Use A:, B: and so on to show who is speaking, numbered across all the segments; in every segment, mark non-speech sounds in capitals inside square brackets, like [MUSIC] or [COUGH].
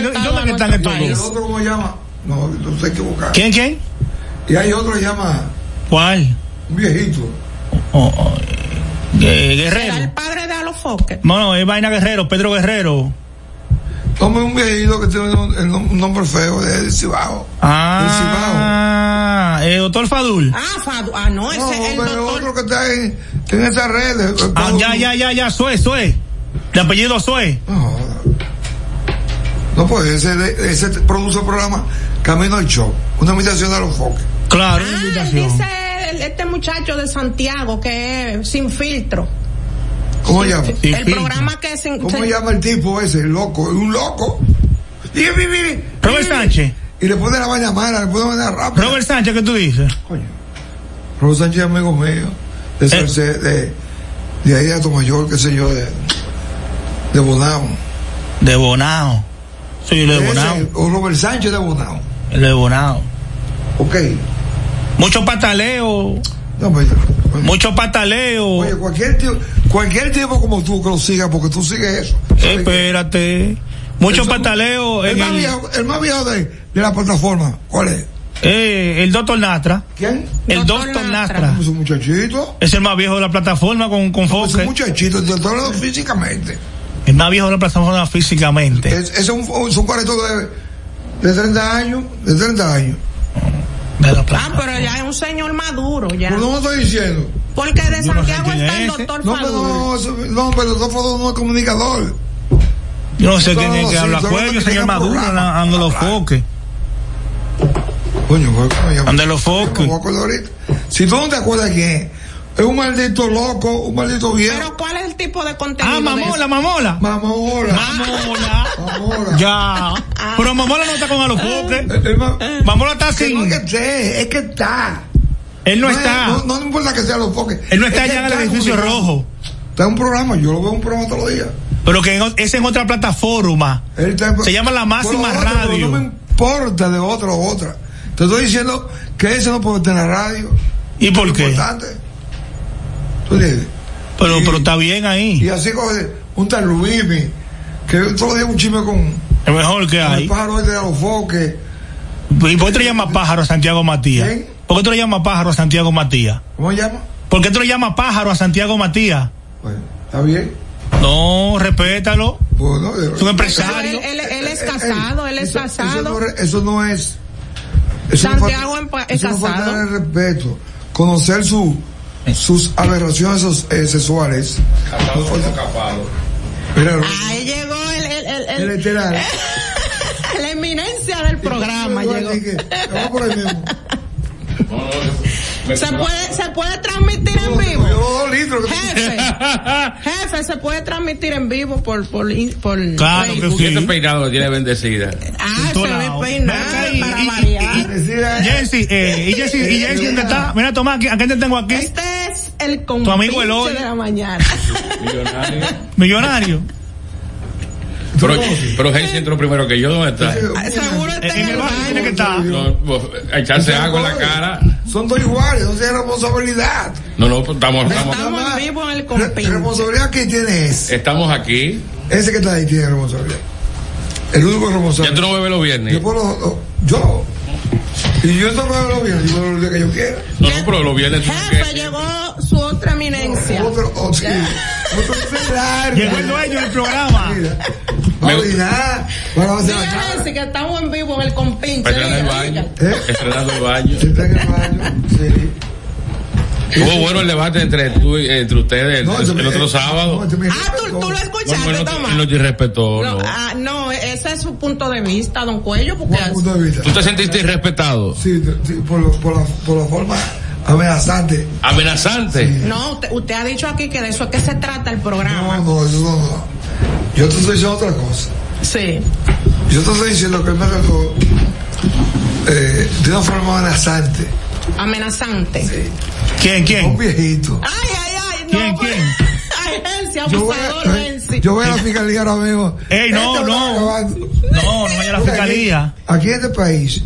A: que están estos
B: ¿Y el
A: dos?
B: otro cómo llama? No, no sé equivocar.
A: ¿Quién, quién?
B: Y hay otro que llama
A: ¿Cuál?
B: un viejito.
A: Oh, oh, eh, Guerrero.
C: Era el padre de Alofoque.
A: No, no, es Vaina Guerrero, Pedro Guerrero.
B: Toma un viejito que tiene un, el nom- un nombre feo de Cibao.
A: Ah, eh, doctor Fadul.
C: Ah, Fadu. Ah, no, ese
B: No,
C: es el
B: pero el
C: doctor.
B: otro que está en, en esas redes. el- el-
A: Ah, ya, ya, ya, ya, Sue, Sue. De apellido Sue.
B: No, no pues ese, de- ese te- produce el programa Camino al Show, una invitación a los foques.
A: Claro, una
C: Ah,
A: invitación.
C: dice el- este muchacho de Santiago que es sin filtro.
B: ¿Cómo llama?
A: Sin
C: el
A: filtro.
C: programa que se.
B: ¿Cómo
C: se-
B: llama el tipo ese? El loco, es un loco. Dime, dime, dime.
A: Robert Sánchez.
B: Y le pone la vaina mala, le pone la vaina rápida.
A: Robert Sánchez, ¿qué tú dices? Eh.
B: Coño. Robert Sánchez es amigo mío. De, Salce- de, de ahí de Tomayor, qué sé yo, de, de Bonao.
A: De Bonao. Sí, el de
B: Ese,
A: Bonao.
B: O Robert Sánchez de Bonao.
A: El de Bonao.
B: Ok.
A: Mucho pataleo.
B: No, pues,
A: Mucho pataleo.
B: Oye, cualquier tipo, cualquier tipo como tú que lo siga, porque tú sigues eso.
A: Eh, espérate. Mucho
B: Eso-
A: pataleo.
B: El
A: en
B: más
A: el,
B: viejo, el más viejo de, de la plataforma, ¿cuál es?
A: eh, el doctor Natra.
B: ¿Quién?
A: El
C: Doctor
A: doctor
C: Nastra.
A: Nastra.
B: Es un muchachito.
A: Es el más viejo de la plataforma con, con
B: Es un
A: Fox.
B: pues,
A: ¿eh?
B: muchachito, te estoy hablando físicamente.
A: El más viejo de la plataforma físicamente.
B: Es, es un, es un cuarentón de, de 30 años, de 30 años.
A: De la
C: Ah,
A: plataforma.
C: pero ya es un señor maduro, ya.
B: Pero no lo estoy diciendo.
C: Porque de
A: Yo no sé
C: Santiago
A: quién
C: está el
A: es ese.
C: doctor
B: No, pero
C: Fadul.
B: no, eso- no, pero no, no, no es comunicador.
A: Yo no sé
B: No,
A: quién es que
B: sí,
A: habla
B: solo
A: cuello,
B: que
A: señor
B: tenga
A: Maduro,
B: programa para
A: ando los
B: hablar.
A: foques.
B: Coño, pues, coño, ya me-
A: Ande los
B: ya me
A: foques.
B: voy a acordar ahorita. Si tú no te acuerdas quién es, es un maldito loco, un maldito viejo.
C: Pero ¿cuál es el tipo de contenido?
A: Ah, mamola, mamola.
B: Mamola.
A: Mamola.
B: Mamola.
C: [LAUGHS] Ah.
A: Ya. Pero mamola no está con a
B: Eh,
A: los foques.
B: El- el ma-
A: Mamola está
B: eh, que no
A: sin.
B: es que esté, es que está.
A: Él no
B: es-
A: está.
B: No, no importa que sea los foques.
A: Él no
B: es
A: está
B: que
A: allá en el edificio
B: comunicado.
A: rojo.
B: Está en un programa, yo lo veo en un programa todos los días.
A: Pero que en o- es en otra plataforma.
B: Él está en-
A: Se llama La Máxima
B: Pero otra, pero
A: Radio.
B: No me importa de otra o otra. Te estoy diciendo que ese no puede estar en la radio.
A: ¿Y por
B: Es
A: qué?
B: importante. Tú dices,
A: Pero,
B: Y-
A: pero está bien
B: y
A: ahí.
B: así coge un tal Luismi, que todos los días un chisme con, con
A: Es mejor que
B: el
A: hay.
B: pájaro este de los foques.
A: ¿Y por qué te lo llama pájaro a Santiago Matías?
B: ¿Quién?
A: ¿Por qué te lo llama pájaro a Santiago Matías?
B: ¿Eh? ¿Cómo se llama?
A: ¿Por qué te lo llama pájaro a Santiago Matías?
B: Bueno, está bien.
A: No, respétalo.
B: Bueno,
A: Es un
B: eh,
C: Pero
A: empresario.
C: Él, él- él es casado, él es
B: Eso- Eso eh, no,
C: casado.
B: re- eso no es. eso no
C: Santiago
B: falta-
C: en pa- es
B: eso no falta
C: casado.
B: el respeto. Conocer su, sus aberraciones sos- eh, sexuales. No falta- Mira,
C: Ahí llegó el, el, el- el-
B: el estelar.
C: [LAUGHS] la eminencia del programa.
B: Yo digo,
C: llegó.
B: así que, vamos por ahí mismo.
C: Se puede, se puede transmitir en
B: Yo los
C: vivo.
B: dos litros.
C: Jefe, [LAUGHS] jefe, se puede transmitir en vivo por, por, por
A: Claro que
C: Facebook.
D: Este
A: sí.
D: peinado que tiene bendecida.
C: Ah, se
A: todo
C: ve
A: lado.
C: peinado
A: Ven acá y-
C: para
A: y- y-
C: variar.
B: Decía-
A: Jensi, eh, y Jensi, y Jensi, ¿dónde está? Mira, Tomás, ¿a quién te tengo aquí?
C: Este es el
A: amigo
C: compinche
A: Eloy.
C: de
D: [LAUGHS]
C: la mañana.
D: Millonario.
A: [LAUGHS] Millonario.
D: Pero, pero Jensi entró primero que yo, ¿dónde está?
C: Seguro está
A: En el baño tiene que estar.
D: No, pues, a echarse agua en la cara.
B: Son dos iguales, no tienen responsabilidad.
D: No, no, pues, estamos, estamos,
C: Estamos
B: Nada más.
C: en vivo en el
B: Re-
C: compinche.
B: responsabilidad que tiene ese.
D: estamos aquí.
B: Ese que está ahí tiene responsabilidad. El único responsable.
D: Ya tú no bebes los viernes.
B: Yo por los- los- yo. Y yo no puedo bien, yo puedo lo que yo quiera.
D: No, no, pero los viernes tú no
C: Jefe,
D: quieres.
C: llegó su otra eminencia.
B: Otro, otro, sí. otro celular.
A: Llegó el dueño del programa.
B: Mira.
D: Me-
B: No di nada. Bueno, vamos a hacer la
C: Dígale
B: cara.
C: ese que estamos en vivo en el compinche.
D: Para estrenar el
C: diga,
D: baño.
C: diga.
B: ¿Eh?
D: Estrenando el baño.
B: Si está en el baño, sí.
D: Estuvo bueno el debate entre tú y- entre ustedes el,
B: ese
D: el
B: me-
D: otro
B: eh, no,
D: sábado.
B: ese me-
C: Ah, tú, tú lo
D: No,
C: escuchaste,
D: pero él no,
C: toma.
D: él no te respetó, no.
C: No, ah, no, ese es su punto de vista, don Cuello, porque
B: Buen punto de vista.
D: ¿Tú te sentiste irrespetado?
B: Sí, te- sí, por, lo- por la, por la forma amenazante.
D: ¿Amenazante?
C: no, usted, usted ha dicho aquí que de eso es que se trata el
B: No,
C: programa.
B: no, eso no, no. Yo te estoy diciendo otra cosa.
C: Sí.
B: Yo te estoy diciendo que él me trató eh, de una forma amenazante.
C: Amenazante.
A: ¿Quién,
B: Un
A: quién?
B: viejito.
C: Ay, ay, ay, no.
A: ¿Quién,
C: pues.
A: quién?
C: [LAUGHS] Ay, Jensi,
B: Yo voy,
C: abusador,
B: a,
C: Jensi.
B: yo voy a la fiscalía ahora mismo.
A: Ey, no,
B: Esto
A: no.
B: está acabando.
A: No, no vaya a la
B: Porque
A: fiscalía.
B: Aquí, aquí en este país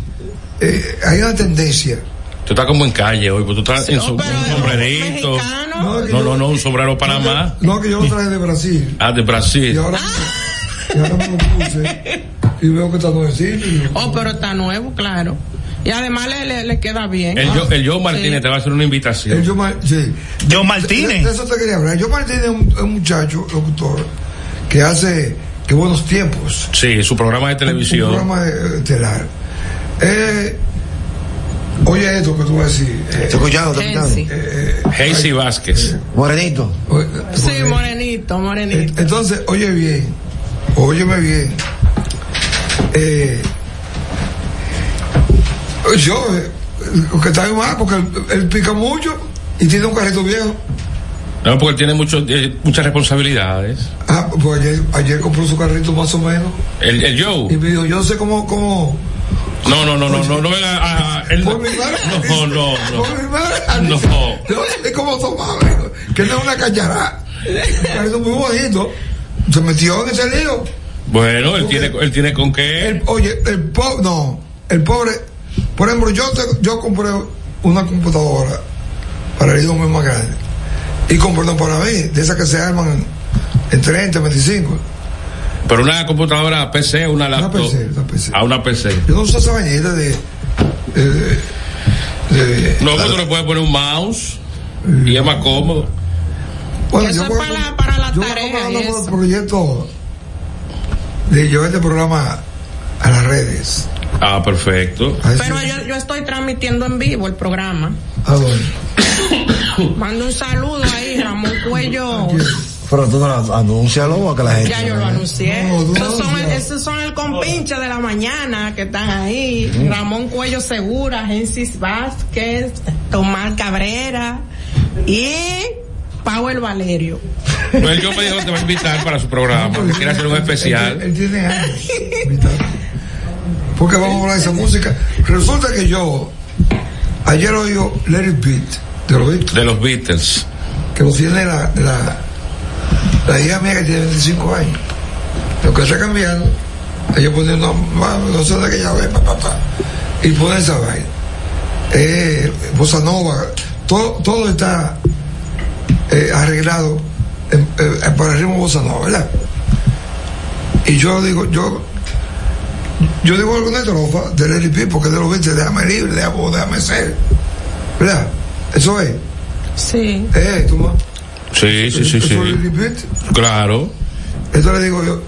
B: eh, hay una tendencia.
D: Tú estás como en calle hoy, pues tú estás en
C: No,
D: so-
C: pero
D: un
C: de-
D: sombrerito.
C: mexicano.
B: No,
D: No, no, no, un sombrero Panamá.
B: No, que yo lo traje de Brasil.
D: Ah, de
B: Y
D: Brasil.
B: ahora, y ahora me lo puse. Y veo que está nuevecito. y yo-
C: Oh, pero está nuevo, claro. Y además le, le, le queda bien.
D: El yo, el Joe Martínez
C: Sí.
D: te va a hacer una invitación.
B: El Joe Mar- sí.
A: John
B: De, de
A: Martínez.
B: eso te quería hablar. Yo Martínez es un, es un muchacho, locutor, que hace que buenos tiempos.
D: Sí, su programa de
B: Un
D: televisión.
B: programa eh, estelar. Eh, oye esto que tú vas a decir. eh,
E: ¿Te escuchado, capitán?
C: Jensi.
B: eh,
D: Heisy Vázquez.
E: Morenito.
B: oye,
C: Sí,
B: porque-
C: morenito,
B: Eh,
C: morenito.
B: Entonces, oye bien, óyeme bien. Eh, yo, eh, lo que está bien mal, porque él, él pica mucho y tiene un carrito viejo.
D: No, porque él tiene mucho, eh, muchas responsabilidades.
B: Ah, pues ayer, ayer compró su carrito más o menos
D: El, el
B: y
D: Joe.
B: me dijo, yo sé cómo, cómo.
D: No, no, no, no, no, no venga a- a- él-
B: Por mi madre.
D: [LAUGHS] No, no, no.
B: Por mi madre. ah,
D: No.
B: Yo [LAUGHS] sé cómo tomar, hijo, que no es una cachará. Un carrito muy bonito. Se metió en ese lío.
D: Bueno, él tiene, él tiene con
B: El-
D: qué.
B: oye, el pobre, no, el pobre, por ejemplo, yo, te- yo compré una computadora para el hijo mío más grande y compré una para mí, de esas que se arman en 30, 25.
D: Pero una computadora PC, una laptop.
B: PC, una PC.
D: A una PC.
B: Yo no uso esa bañera de, eh, de, de-
D: No, porque tú le puedes poner un mouse
B: Eh,
D: y es más cómodo.
B: Bueno,
C: Eso es
B: voy a-
C: para la- para la
B: yo voy a
C: tarea
B: comprarlo
C: y
B: por el
C: eso.
B: proyecto de llevar este programa a las redes.
D: Ah, perfecto.
B: A ver
C: Pero
B: si-
C: yo, yo estoy transmitiendo en vivo el programa.
B: ¿A dónde?
C: [COUGHS] Mando un saludo ahí, Ramón Cuello.
E: Pero tú no lo- anúncialo a que la gente.
C: Ya yo lo anuncié.
B: No, no,
C: esos, son,
B: no.
C: esos son el compinche de la mañana que están ahí. Ramón Cuello Segura, Gensis Vázquez, Tomás Cabrera y Powell Valerio.
D: No, el Joe me dijo que te va a invitar para su programa, que quiere hacer un
B: Él,
D: especial.
B: él tiene años. invitado. Porque vamos a hablar de esa música. Resulta que yo, ayer oí Let It Beat, de los Beatles,
D: De los Beatles.
B: que lo tiene la, la, la hija mía que tiene 25 años. Lo que está cambiando, ellos ponen una mami, no sé de qué llave, papá, y ponen esa vaina. Eh, Bossa Nova, todo, todo está eh, arreglado en- eh, para el ritmo Bossa Nova, ¿verdad? Y yo digo, yo, yo digo alguna trofa del LP porque de los 20, déjame libre, déjame, déjame ser. ¿Verdad? Eso es.
C: Sí.
B: Eh, tú ma.
D: Sí, sí, sí,
B: Eso
D: sí.
B: es Lady Beat.
D: Claro.
B: Entonces le digo yo,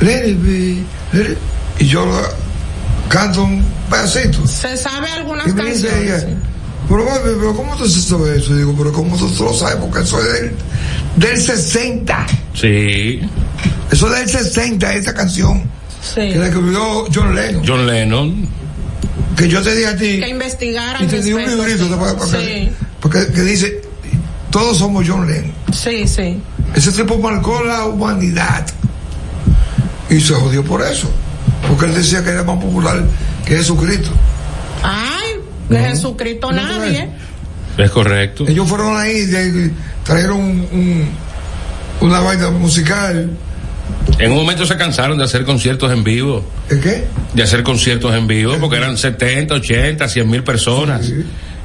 B: Lady Beat, Lady- y yo la canto un pedacito.
C: Se sabe algunas
B: Y me dice
C: canciones.
B: ella, pero papi, pero ¿cómo tú sabes eso? Y digo, pero ¿cómo tú lo sabes? Porque eso es del, del 60.
D: Sí.
B: Eso es del 60, esa canción.
C: sí.
B: Que la escribió John Lennon.
D: John Lennon.
B: que yo te dije a ti.
C: Que investigaran.
B: Y te di un
C: respecto.
B: librito ¿te acuerdas?
C: Sí,
B: Porque, porque- que dice, todos somos John Lennon.
C: sí, sí.
B: Ese tipo marcó la humanidad. Y se jodió por eso. Porque él decía que era más popular que Jesucristo.
C: Ay, de Jesucristo
B: No te
C: nadie.
B: ves.
D: Es correcto.
B: Ellos fueron ahí, de- trajeron un- un- una vaina musical.
D: En un momento se cansaron de hacer conciertos en vivo.
B: ¿El qué?
D: De hacer conciertos en vivo porque eran 70, 80, 100 mil personas.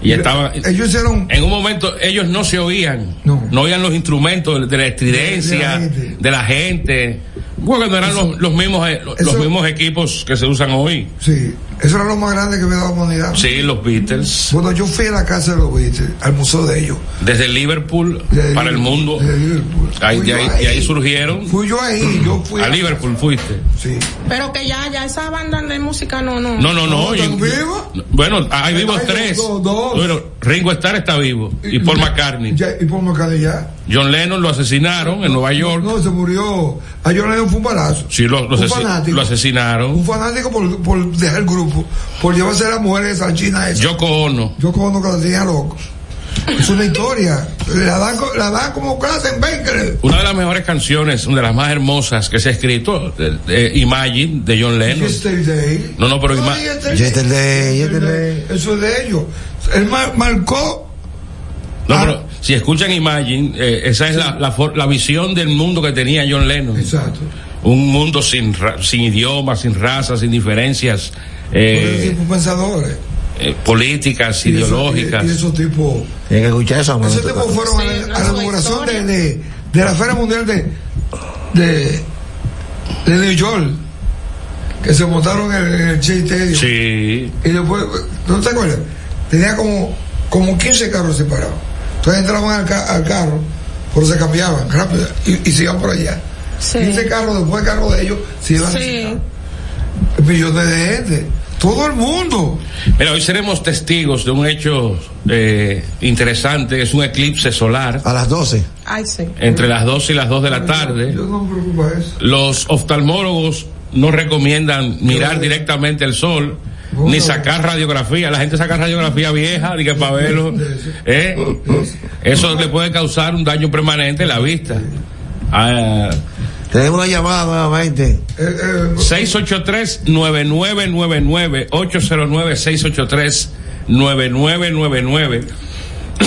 D: Y estaba.
B: Ellos hicieron.
D: En un momento ellos no se oían.
B: No.
D: No, oían los instrumentos de, de la estridencia,
B: De la gente.
D: de la gente. Porque no eran los, los mismos, eh, los
B: eso-
D: mismos equipos que se usan hoy.
B: Sí, eso era lo más grande que me daba la humanidad.
D: Sí, los Beatles.
B: Bueno, yo fui a la casa de los Beatles, al museo de ellos.
D: Desde Liverpool
B: de-
D: para el mundo.
B: de Liverpool.
D: Ahí,
B: Fui
D: de
B: yo
D: ahí, de ahí surgieron.
B: Fui yo ahí, yo fui.
D: A Liverpool fuiste.
B: Sí.
C: Pero que ya, ya esa banda de música no, no.
D: No, no, no.
B: No,
D: y-
B: ¿están vivos?
D: Bueno, hay vivos
B: Hay
D: tres.
B: dos, dos.
D: Bueno, Ringo Starr está vivo. Y Paul McCartney.
B: Ya, y Paul McCartney ya.
D: John Lennon lo asesinaron en Nueva York.
B: No, se murió. A John Lennon fue un balazo.
D: Sí, lo, lo
B: un
D: ases-
B: fanático.
D: lo asesinaron.
B: Un fanático por, por dejar el grupo, por llevarse a las mujeres esa china esa.
D: Yoko Ono.
B: Yo conozco a la tenía loco. Es una historia. La dan, co- la dan como clase en Baker.
D: Una de las mejores canciones, una de las más hermosas que se ha escrito, eh, eh, Imagine, de John Lennon.
B: Yesterday.
D: No, no, pero ima-
B: yesterday.
E: Yesterday, yesterday.
B: Eso es de ellos. Él mar- marcó.
D: No,
B: Ah.
D: pero si escuchan Imagine, eh, esa es la, la for- la visión del mundo que tenía John Lennon.
B: Exacto.
D: Un mundo sin, ra- sin idiomas, sin razas, sin diferencias
B: Por
D: eh,
B: esos tipos pensadores.
D: eh, políticas,
B: Y esos-
D: ideológicas.
B: Y, y esos tipos.
E: Tienes que escuchar esa
B: Esos
E: música.
B: tipos fueron a
C: Sí,
B: la- a la
C: su
B: inauguración de,
C: historia.
B: de, de la Feria Mundial de, de, de New York. que se montaron en el, en el Shea Stadium.
D: Sí.
B: Y después, ¿no te acuerdas? Tenía como, como 15 carros separados. Entonces entraban al, ca- al carro, pero se cambiaban rápido y, y se iban por allá.
C: Sí.
B: 15 carros, después el carro de ellos, se iban
C: Sí.
B: millones de gente. Todo el mundo.
D: Mira, hoy seremos testigos de un hecho eh, interesante, es un eclipse solar
E: A las 12.
C: Ay, sí.
D: entre las 12 y las 2 de la tarde.
B: Yo no me preocupa eso.
D: Los oftalmólogos no recomiendan mirar directamente el sol. Ni sacar radiografía, la gente saca radiografía vieja, ni que para verlo, ¿eh? Eso le puede causar un daño permanente en la vista. Ah,
E: Tenemos una llamada nuevamente.
B: Eh, eh,
D: 683-9999, 809-683-9999.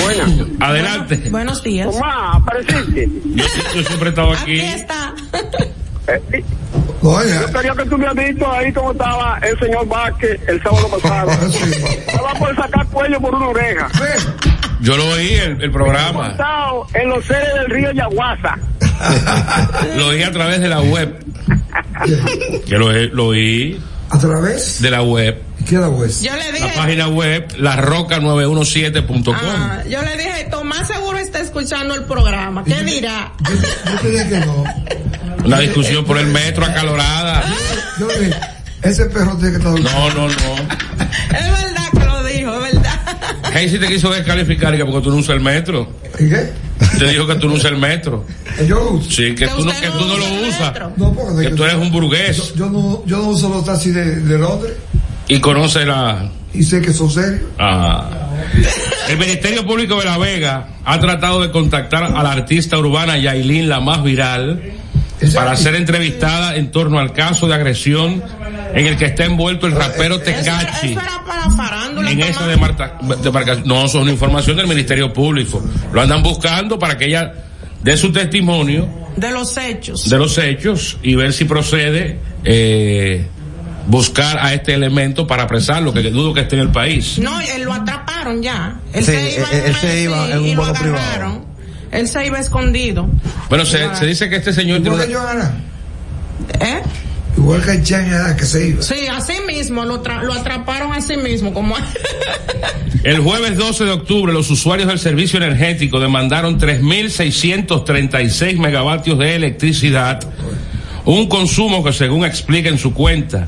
F: Buenas.
D: Adelante.
C: Buenos días.
F: Tomás, apareciste.
D: Yo, yo siempre he estado
C: Aquí
D: aquí.
C: está.
F: Eh,
B: no, ya.
F: Quería que tú me has dicho ahí cómo estaba el señor Vázquez el sábado pasado.
B: Ah, Sí.
F: Estaba por sacar cuello por una oreja.
B: Ve.
D: Yo lo oí el, el programa.
F: Estaba en los seres del río Yaguasa.
D: Lo oí a través de la web. Yo lo, lo oí
B: A través
D: de la web.
B: ¿Qué era pues?
C: Yo le
D: La
C: dije.
D: página web, larroca917.com.
C: Ah, yo le dije, Tomás seguro está escuchando el programa. ¿Qué dirá?
B: Yo, yo te dije que no.
D: Una discusión por el metro acalorada.
B: Yo le dije, ese perro tiene que estar
D: No, no, no.
C: [LAUGHS] Es verdad que lo dijo, es verdad.
D: Casey te quiso descalificar que porque tú no usas el metro.
B: ¿Y qué?
D: Te dijo que tú no usas el metro.
B: Yo lo uso.
D: Sí, que,
C: Que
D: tú no,
C: usted
D: que
C: no
D: tú no
C: usa
D: lo
C: el
D: usas.
C: metro.
B: No, porque
D: Que tú eres un
B: yo,
D: burgués
B: yo no, yo no uso los taxis de, de Londres
D: y conoces la...
B: y sé que son serios.
D: Ah. El Ministerio Público de La Vega ha tratado de contactar a la artista urbana Yailin, la más viral, para ser entrevistada en torno al caso de agresión en el que está envuelto el rapero
C: Eso,
D: Tecachi.
C: eso era para farándula.
D: En
C: Tomás.
D: esa demarca- demarcación. No, eso es una información del Ministerio Público. Lo andan buscando para que ella dé su testimonio
C: de los hechos.
D: de los hechos y ver si procede eh, buscar a este elemento para apresarlo, que dudo que esté en el país.
C: No, él lo atraparon ya. Él
E: Sí,
C: se iba,
E: él- él
C: un
E: se
C: mes
E: iba
C: y-
E: en un
C: y lo
E: bono privado.
C: agarraron. Él se iba escondido.
D: Bueno, se, se dice que este señor tiene
B: Igual que
D: una-
B: Johanna.
C: ¿Eh?
B: Igual que Chan era que se iba.
C: Sí, así mismo, lo, tra- lo atraparon así mismo, como... [LAUGHS]
D: El jueves 12 de octubre, los usuarios del servicio energético demandaron 3.636 megavatios de electricidad, un consumo que según explica en su cuenta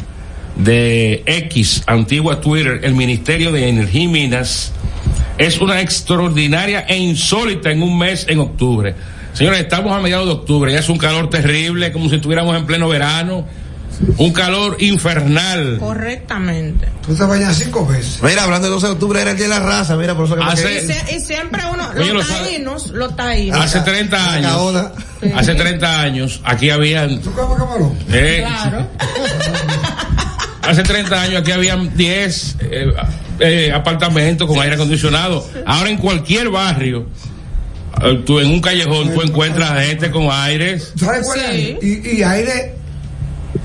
D: de X, antigua Twitter, el Ministerio de Energía y Minas, es una extraordinaria e insólita en un mes en octubre. Señores, estamos a mediados de octubre, ya es un calor terrible, como si estuviéramos en pleno verano, un calor infernal.
C: Correctamente.
B: Tú te bañas cinco veces.
E: Mira, hablando del 12 de octubre, era el día de la raza. Mira, por eso que me
D: Hace-
C: Y,
E: quedé-
C: se- y siempre uno,
D: Oye, lo
C: los
D: sabe.
C: taínos, los taínos.
D: Hace 30
E: Acá
D: años.
E: ahora.
D: Hace 30 años, aquí habían,
B: ¿Tú comes camarón?
D: eh,
C: Claro.
D: hace 30 años aquí habían 10 eh, eh, apartamentos con aire acondicionado. Ahora en cualquier barrio, eh, tú en un callejón, tú encuentras gente con aires.
B: ¿Sabes cuál es?
C: Sí.
B: Y, y aire,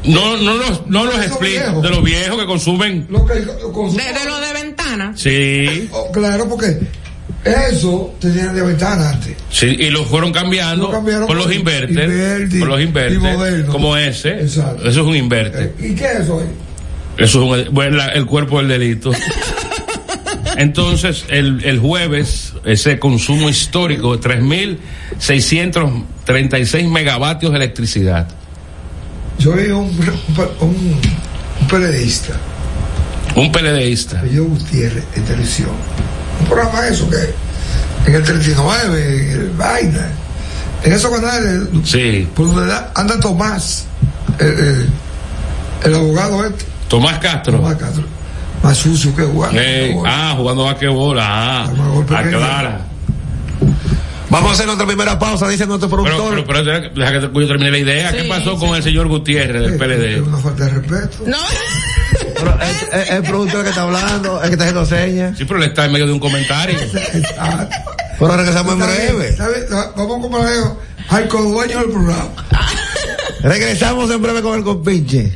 D: No, no los, no los
B: Esos
D: explico.
B: viejos.
D: De los viejos que consumen.
B: lo que lo
C: De,
B: consumo.
C: de lo de ventana.
D: Sí,
B: Oh, claro, porque eso tenían de ventana antes.
D: sí, y los fueron cambiando
B: Lo cambiaron
D: por los
B: por
D: inverters.
B: inverter
D: Por los
B: y
D: inverters.
B: moderno.
D: Como ese. Eso
B: Exacto.
D: es un inverter.
B: Eh, ¿Y qué es eso? eh?
D: Eso es un- bueno, la- el cuerpo del delito. Entonces, el, el jueves, ese consumo histórico de 3.636 megavatios de electricidad.
B: Yo vi un, un, un periodista,
D: Un PLDista.
B: Bello Gutiérrez, en televisión. Un programa de eso que en el 39, en el vaina, en esos canales
D: Sí.
B: por donde da- anda Tomás, eh, eh, el abogado este,
D: Tomás Castro.
B: Tomás Castro, más sucio que Juan.
D: Eh, ah, jugando basquetbol. Ah,
B: Tomás Golpe
D: aclara.
E: Vamos a hacer nuestra primera pausa, dice nuestro productor.
D: Pero, pero, pero deja que- deja que te- yo termine la idea. ¿Qué
C: Sí,
D: pasó
C: sí.
D: con el señor Gutiérrez del
B: Es
D: PLD?
B: una falta de respeto.
C: No.
E: Pero es, es- es Eh, el productor que está hablando, el que está haciendo señas.
D: Sí, pero él está en medio de un
E: [LAUGHS]
D: comentario.
B: Ah,
E: Pero regresamos en
B: está bien,
E: breve.
B: está bien, ah, Vamos a comparar eso al dueño del programa.
E: [LAUGHS] Regresamos en breve con el compinche.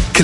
G: Que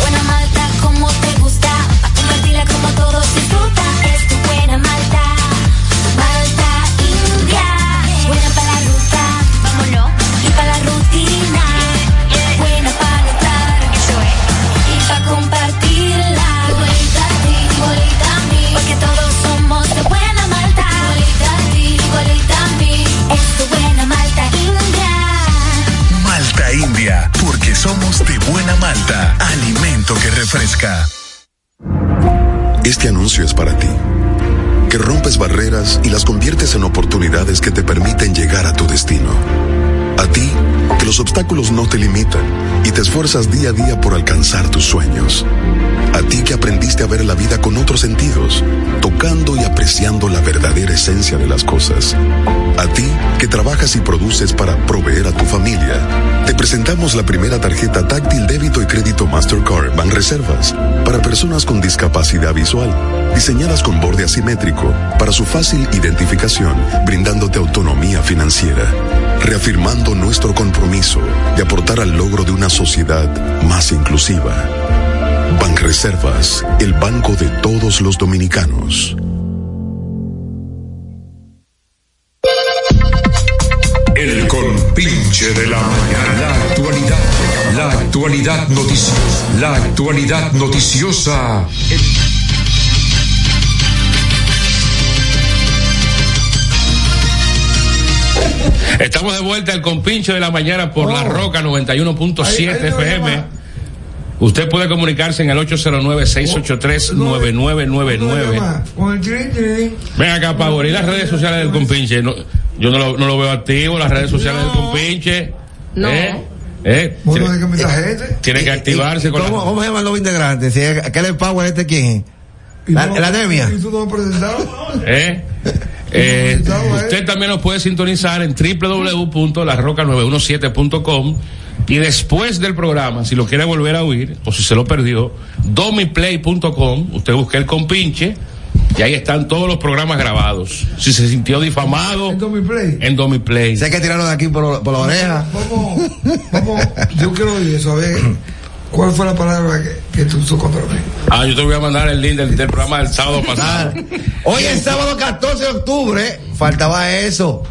H: buena malta como te gusta, pa' compartirla como todos disfrutan. Es tu buena malta, malta india. Buena para la ruta, vámonos, y para la rutina. Buena para notar, eso es. Y para compartirla, igualita a ti, igualita a mí. Porque todos somos de buena malta, igualita a ti, igualita a mí. Es tu buena malta india.
I: Malta India, porque somos de buena malta, alimento que refresca.
G: Este anuncio es para ti, que rompes barreras y las conviertes en oportunidades que te permiten llegar a tu destino. A ti, que los obstáculos no te limitan y te esfuerzas día a día por alcanzar tus sueños. A ti que aprendiste a ver la vida con otros sentidos, tocando y apreciando la verdadera esencia de las cosas. A ti que trabajas y produces para proveer a tu familia, te presentamos la primera tarjeta táctil débito y crédito Mastercard Banreservas para personas con discapacidad visual, diseñadas con borde asimétrico para su fácil identificación, brindándote autonomía financiera, reafirmando nuestro compromiso de aportar al logro de una sociedad más inclusiva. Banreservas, el banco de todos los dominicanos.
I: El compinche de la mañana. La actualidad, la actualidad noticiosa, la actualidad noticiosa.
D: Estamos de vuelta al compincho de la mañana por
E: Oh.
D: la Roca 91.7 FM. Usted puede comunicarse en el
E: Oh,
D: 809-683-9999.
B: Con el trin, trin.
D: Ven acá, Pablo, ¿y las redes sociales del compinche? No, yo no lo, no lo veo activo, las redes sociales del compinche.
C: No.
D: ¿Eh? ¿Eh?
B: Bueno,
D: Tiene-
B: de que mensajete.
D: Tiene que activarse con
E: ¿Cómo,
D: la...
E: ¿Cómo se llaman los integrantes? Si es- ¿Qué le pago a este quién?
B: Y
E: La,
B: tú no-
E: la anemia.
B: ¿Y tú no has presentado?
D: ¿Eh? Eh,
B: Estamos, eh.
D: usted también nos puede sintonizar en www.larroca917.com y después del programa, si lo quiere volver a oír o si se lo perdió, domiplay.com, usted busca el compinche y ahí están todos los programas grabados. Si se sintió difamado,
B: En Domiplay.
D: en domiplay.
E: Si hay que tirarlo de aquí por, por [LAUGHS] la oreja.
B: Vamos, vamos. Yo quiero oír eso, a ver. ¿Cuál fue la palabra que, que tú usó contra mí?
D: Ah, yo te voy a mandar el link del, del programa del sábado pasado.
E: Hoy es sábado 14 de octubre. Faltaba eso.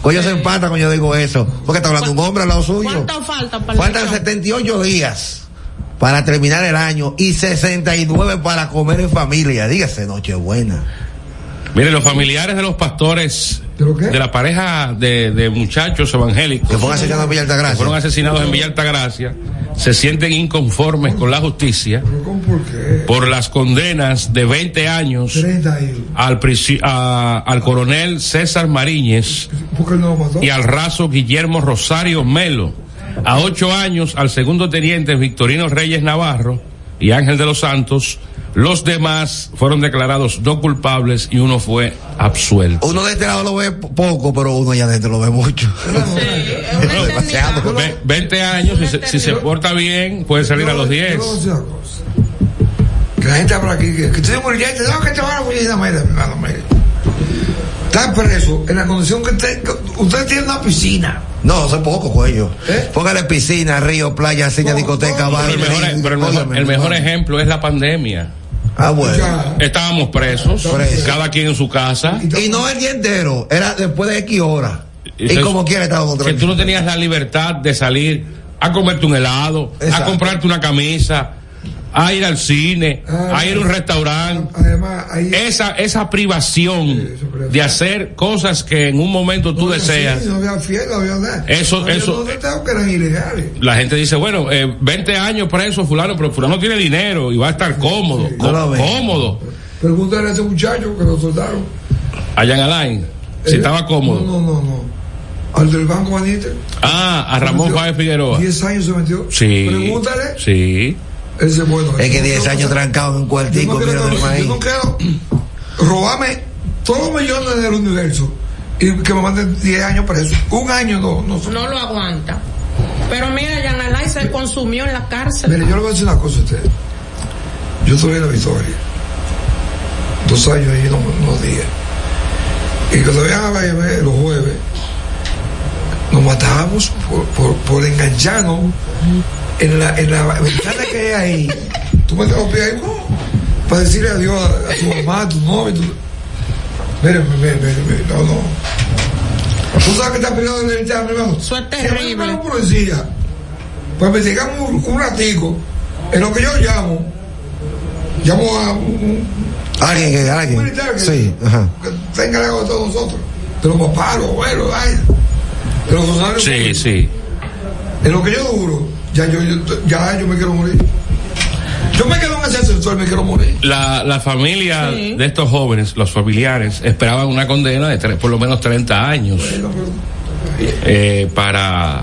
E: Coño se empata cuando yo digo eso. Porque está hablando un hombre al lado suyo.
C: ¿Cuánto falta para el
E: Faltan
C: show?
E: 78 días para terminar el año y 69 para comer en familia. Dígase, Nochebuena.
D: Mire, los familiares de los pastores
B: ¿De lo qué?
D: de la pareja de, de muchachos evangélicos
E: Que ponga secando Villa
D: que fueron
E: Altagracia.
D: asesinados en Villa Altagracia se sienten inconformes con la justicia
B: Pero ¿Con por qué?
D: por las condenas de 20 años
B: 30 y.
D: al, prisi- a- al coronel César Mariñez
B: ¿Por qué no lo mató?
D: y al raso Guillermo Rosario Melo, a ocho años al segundo teniente Victorino Reyes Navarro y Ángel de los Santos. Los demás fueron declarados no culpables y uno fue absuelto.
E: Uno de este lado lo ve po- poco, pero uno allá adentro lo ve mucho.
C: es demasiado.
D: Ve- 20 años, si se, si se porta bien, puede salir a los
B: Yo- yo voy
D: 10.
B: decir una cosa. Que la gente habla aquí que, que estoy muriendo, no, que te van a morir no, mira, hermano, mire. Está preso en la condición que, te- que usted tiene una piscina.
E: No, eso es poco, cuello.
B: ¿Eh?
E: Póngale piscina, río, playa, cena,
B: No,
E: discoteca,
B: no,
E: bar.
D: Pero el mejor, pero el mejor- el mejor ejemplo es la pandemia.
E: Ah, bueno.
D: Estábamos presos,
E: Presos.
D: cada quien en su casa.
E: Y no el día entero, era después de X horas. Y,
D: Entonces,
E: como quiera estaba
D: Que
E: controlado.
D: tú no tenías la libertad de salir a comerte un helado, a comprarte una camisa, a ir al cine,
B: Ah,
D: a ir a un restaurante. esa, esa privación de hacer cosas que en un momento tú deseas.
B: Sí, no había fiesta, no había nada.
D: Eso-
B: Había
D: eso-
B: dos tratados que eran ilegales.
D: La gente dice, bueno, eh, 20 años preso fulano, pero fulano tiene dinero y va a estar cómodo, có- cómodo.
B: Pregúntale a ese muchacho que lo soltaron.
D: Allá en Alain, si
B: Eh,
D: estaba cómodo.
B: No, no, no, no. Al del Banco Anita.
D: Ah, a Ramón Fáez Figueroa.
B: 10 años se metió.
D: Sí.
B: Pregúntale.
D: Sí.
B: Ese bueno.
E: Es que 10 años trancado en un cuartico, mira del
B: Yo
E: país.
B: no quiero robarme todos los millones del universo y que me manden 10 años preso. Un año no. No,
C: No lo aguanta. Pero mira, Yanalay se consumió en la cárcel.
B: Mire, yo le voy a decir una cosa a ustedes. Yo estuve en la victoria. Dos años ahí, no- unos días. Y cuando viajaba y ve- los jueves, nos matábamos por, por, por engancharnos en la, en la ventana que hay ahí. Tú metes los pies ahí, ¡uh! para decirle adiós a, a tu mamá, a tu novio. tu- Mire, mire, mire, mire, no, no. ¿Tú sabes que está peleado de libertad, mi hermano? Eso es terrible. policía. Pues investigamos un, un ratico. En lo que yo llamo, llamo a un,
E: Alguien que, alguien.
B: un militar que
E: Sí, ajá.
B: tenga algo de todos nosotros. De los papás, los abuelos, ay, de los funcionarios.
D: Sí, sí.
B: En lo que yo duro, ya yo, yo- ya yo me quiero morir. Yo me quedo en ese ascensor, me quiero morir.
D: La, la familia
B: Sí.
D: de estos jóvenes, los familiares, esperaban una condena de tres- por lo menos 30 años eh, para...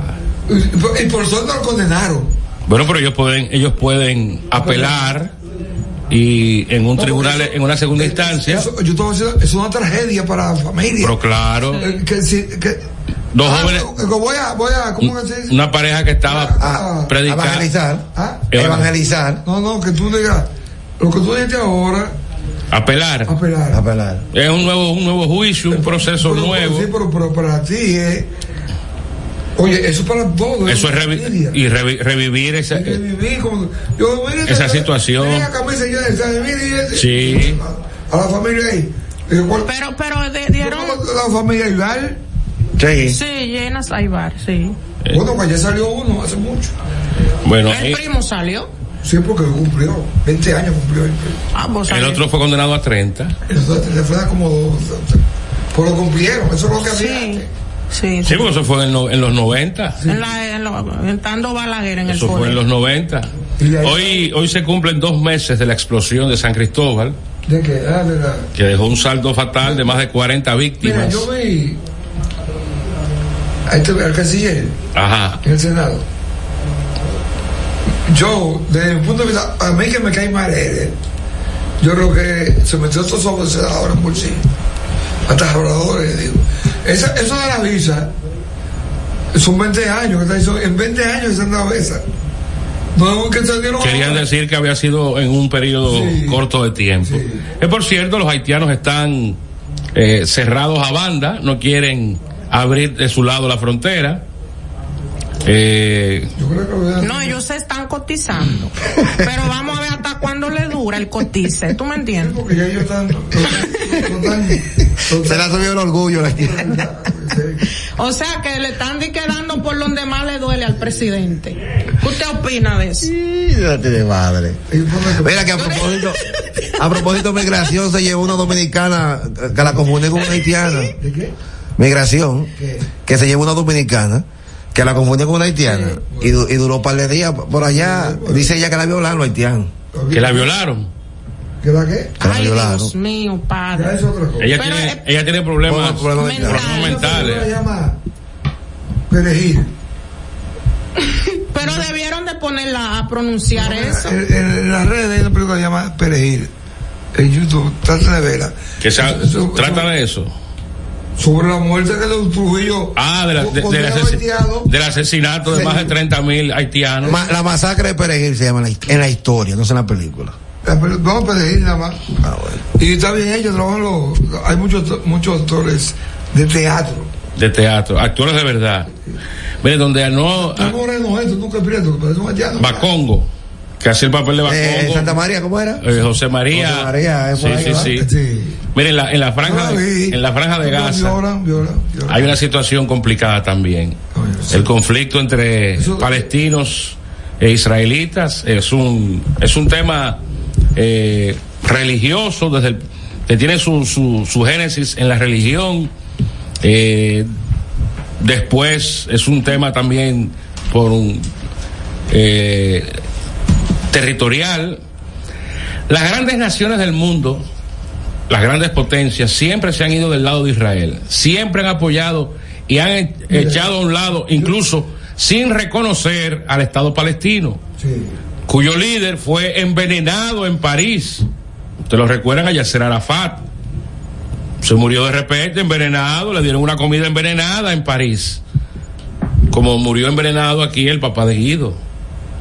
B: Y por- y por suerte lo condenaron.
D: Bueno, pero ellos pueden, ellos pueden apelar y en un tribunal, en una segunda instancia,
B: eh, Eso, yo te voy a decir, es una tragedia para la familia.
D: pero claro,
B: Eh, Que, si- que,
D: dos
B: Ah,
D: jóvenes,
B: que voy a, voy a, ¿cómo que se dice?
D: una pareja que estaba predicando,
E: Evangelizar.
B: ¿Ah?
E: Evangelizar.
B: No, no, que tú digas, lo que tú dijiste ahora,
D: apelar.
B: apelar.
E: Apelar.
D: Es un nuevo, un nuevo juicio, un proceso
B: Pero,
D: nuevo.
B: Sí, pero, pero para ti es. Oye, eso es para todos.
D: Eso es
B: para
D: revi-
B: la familia.
D: y revi- revivir esa,
B: Vivir como- yo, mira,
D: esa
B: esta-
D: situación.
B: mira la camisa llena de sangre, mira, y este-
D: Sí.
B: A la familia ahí.
C: Pero, pero de- dieron.
B: La familia Aybar.
C: Sí, llenas Aybar, sí.
B: Bueno, pues ya salió uno hace mucho.
D: Eh. Bueno,
C: El
D: eh,
C: primo salió. Ah,
B: Sí, porque cumplió. 20 años cumplió. el primo.
D: el otro fue condenado a 30.
B: Entonces, le fue a dar como dos. Pues lo cumplieron. Eso es lo que hacía. antes.
C: Sí,
D: Sí, porque eso fue en, no- en los 90.
C: En la, en lo- entrando Balaguer en
D: Eso
C: el
D: fue en
C: poder.
D: los 90. Hoy, hoy se cumplen dos meses de la explosión de San Cristóbal,
B: De que, ah, de la-
D: que dejó un saldo fatal de más de 40
B: Mira,
D: víctimas.
B: yo vi a este, al canciller
D: Ajá.
B: en el Senado. Yo, desde mi punto de vista, a mí que me cae mal él, yo creo que se metió estos hombres ahora en bolsillo. Hasta habladores, digo. Esa, eso de la visa, son 20 años, que está diciendo, en 20 años se han dado visa. No es que se dieron
D: Querían
B: ahora.
D: decir que había sido en un periodo corto de tiempo. Eh, por cierto, los haitianos están eh, cerrados a banda, no quieren abrir de su lado la frontera. Eh,
C: No, ellos se
B: [LAUGHS]
C: están cotizando. Pero vamos a ver hasta cuándo le dura el cotice. ¿Tú me entiendes?
B: Porque ya ellos
C: [LAUGHS]
B: están. Se
E: le ha subido el orgullo.
B: [LAUGHS]
E: la-
C: O sea que le están di- quedando por donde más le duele al presidente. ¿Qué usted opina de eso?
E: Fíjate de madre. Mira que a propósito, a propósito migración se llevó una dominicana eh, que la confundí con una haitiana.
B: ¿De qué?
E: Migración, que se llevó una dominicana que la confundió con una haitiana y, du- y duró par de días por allá. Dice ella que la violaron los haitianos.
D: que la violaron.
B: ¿Qué la qué?
E: Que la violaron.
C: Dios mío, padre.
D: Ella tiene, ella tiene problemas, problemas
B: Se
D: mentales.
B: llama Perejil.
C: Pero debieron de ponerla a pronunciar eso.
B: En, en las redes hay una película que se llama Perejil. En YouTube, trata de verla.
D: Que sea- trata de eso.
B: Sobre la muerte que de Trujillo.
D: Ah, de la- de- del,
B: Condenado
D: ases-
B: haitiano.
D: del asesinato de más de 30 mil haitianos.
E: Ma- la masacre de Perejil se llama en la, hist- en la historia, no sé en la película.
B: La peli- No, Perejil nada más. Y está bien hecho, trabajan los. Hay muchos, muchos actores de teatro.
D: de teatro, actores de verdad. Mire, donde no. ah,
B: Tú moreno esto, tú que prieto, que parece un haitiano.
D: Bacongo. que hacía el papel de Bacongo.
E: Eh, Santa María, ¿cómo era?
D: Eh, José María.
E: José María, es
D: sí,
E: por ahí,
D: sí,
E: ¿verdad?
D: sí,
E: Sí.
D: Mira, en la, en la franja, de, en la franja de Gaza
B: Violan, violan.
D: hay una situación complicada también. El conflicto entre palestinos e israelitas es un, es un tema eh, religioso desde el- que tiene su, su, su génesis en la religión. Eh, después es un tema también por un eh, territorial. Las grandes naciones del mundo, las grandes potencias, siempre se han ido del lado de Israel, siempre han apoyado y han e- echado a un lado, incluso sin reconocer al Estado palestino, cuyo líder fue envenenado en París. Ustedes lo recuerdan a Yasser Arafat. Se murió de repente envenenado, le dieron una comida envenenada en París. Como murió envenenado aquí el papá de Guido.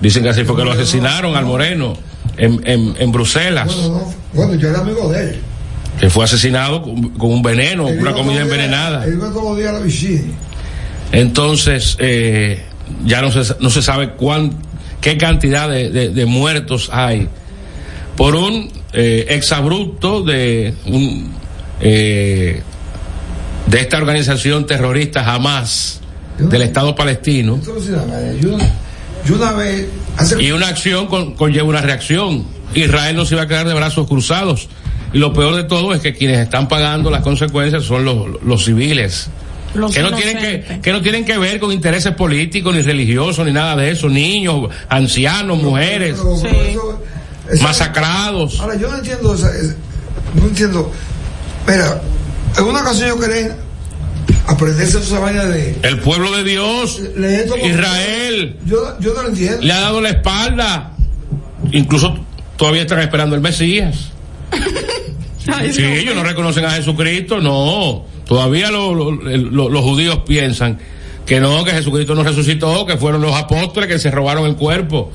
D: Dicen que así fue que lo asesinaron al Moreno en, en- en Bruselas,
B: Bueno, yo era amigo de él.
D: que fue asesinado con, con un veneno, una comida envenenada.
B: Él iba todos los días a la piscina.
D: Entonces, eh, ya no se, no se sabe cuán, qué cantidad de, de- de muertos hay por un eh, exabrupto de un eh, de esta organización terrorista jamás del Estado palestino
B: Entonces, nada, yo, yo una vez,
D: y una acción con- conlleva una reacción. Israel no se va a quedar de brazos cruzados. Y lo peor de todo es que quienes están pagando las consecuencias son los, los civiles.
J: Los
D: que, no tienen que,
J: inocentes.
D: que no tienen que ver con intereses políticos, ni religiosos, ni nada de eso. Niños, ancianos, mujeres, masacrados.
B: ahora yo no entiendo, esa- esa- no entiendo. Mira, en una ocasión yo quería aprenderse esa vaina de
D: El pueblo de Dios, Israel,
B: Yo, yo no lo entiendo.
D: le ha dado la espalda. Incluso todavía están esperando el Mesías. Sí, ellos no reconocen a Jesucristo, no. Todavía lo- lo- lo- los judíos piensan que no, que Jesucristo no resucitó, que fueron los apóstoles que se robaron el cuerpo.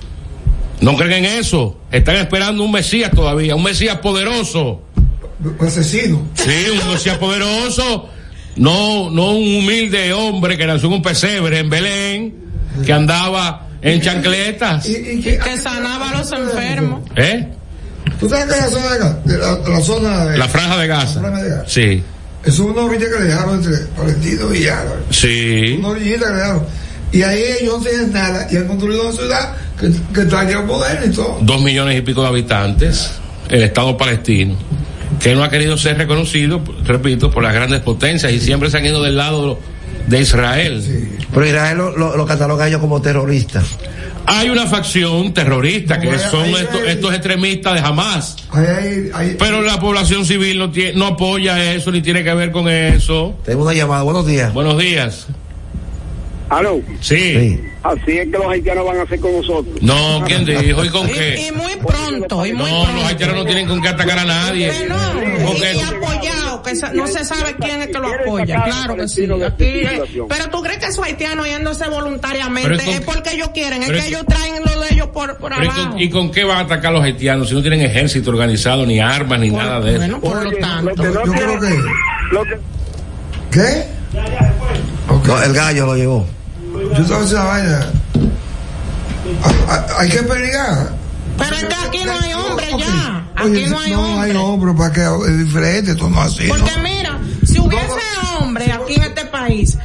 D: No creen en eso. Están esperando un Mesías todavía, un Mesías poderoso.
B: Un asesino.
D: Sí, un Mesías poderoso. No, no un humilde hombre que nació en un pesebre en Belén, que andaba en chancletas.
B: y que,
C: sanaba a los enfermos.
D: ¿Eh?
B: ¿Tú sabes que la zona de Gaza? de La, la zona de
D: La franja de Gaza.
B: de Gaza.
D: Sí.
B: Es una orilla que le dejaron entre palestinos y árabes.
D: Sí.
B: Una orillita que le dejaron. Y ahí ellos no tienen nada y han construido una ciudad que, que está llena de poder y todo.
D: dos millones y pico de habitantes, el Estado palestino, que no ha querido ser reconocido, repito, por las grandes potencias y siempre se han ido del lado de Israel.
E: Pero Israel lo, lo, lo cataloga ellos como terroristas.
D: Hay una facción terrorista que son estos, estos extremistas de Hamas. Pero la población civil no, tie- no apoya eso ni tiene que ver con eso.
E: Tengo una llamada. Buenos días.
D: Buenos días.
F: ¿Aló?
D: Sí.
F: Así es que los haitianos van a hacer con nosotros.
D: No, ¿quién dijo? ¿Y con qué?
C: Muy pronto, y muy
D: No, los haitianos no tienen con qué atacar a nadie. Porque-
C: apoyado, que sa- no se sabe quién es que lo apoya. Claro que sí. Aquí es- pero tú crees que esos haitianos yéndose
D: Pero
C: voluntariamente
D: es con-
C: es porque ellos quieren, es
D: pero
C: que
D: es-
C: ellos traen lo de ellos por, por
D: Pero ¿y,
C: abajo.
D: con, y con qué van a atacar los haitianos si no tienen ejército organizado, ni armas, ni nada de eso?
C: Por lo tanto,
B: Yo creo que. ¿Qué?
E: No, el gallo lo llevó.
B: Yo estaba haciendo una vaina. Hay, hay- hay que pelear.
C: Pero es que aquí no hay hombre ya.
B: Oye,
C: Aquí no hay
B: no
C: hombre.
B: hay hombro para que es diferente, esto no es así. ¿no?
C: Porque mira, si hubiese hombre aquí en este país,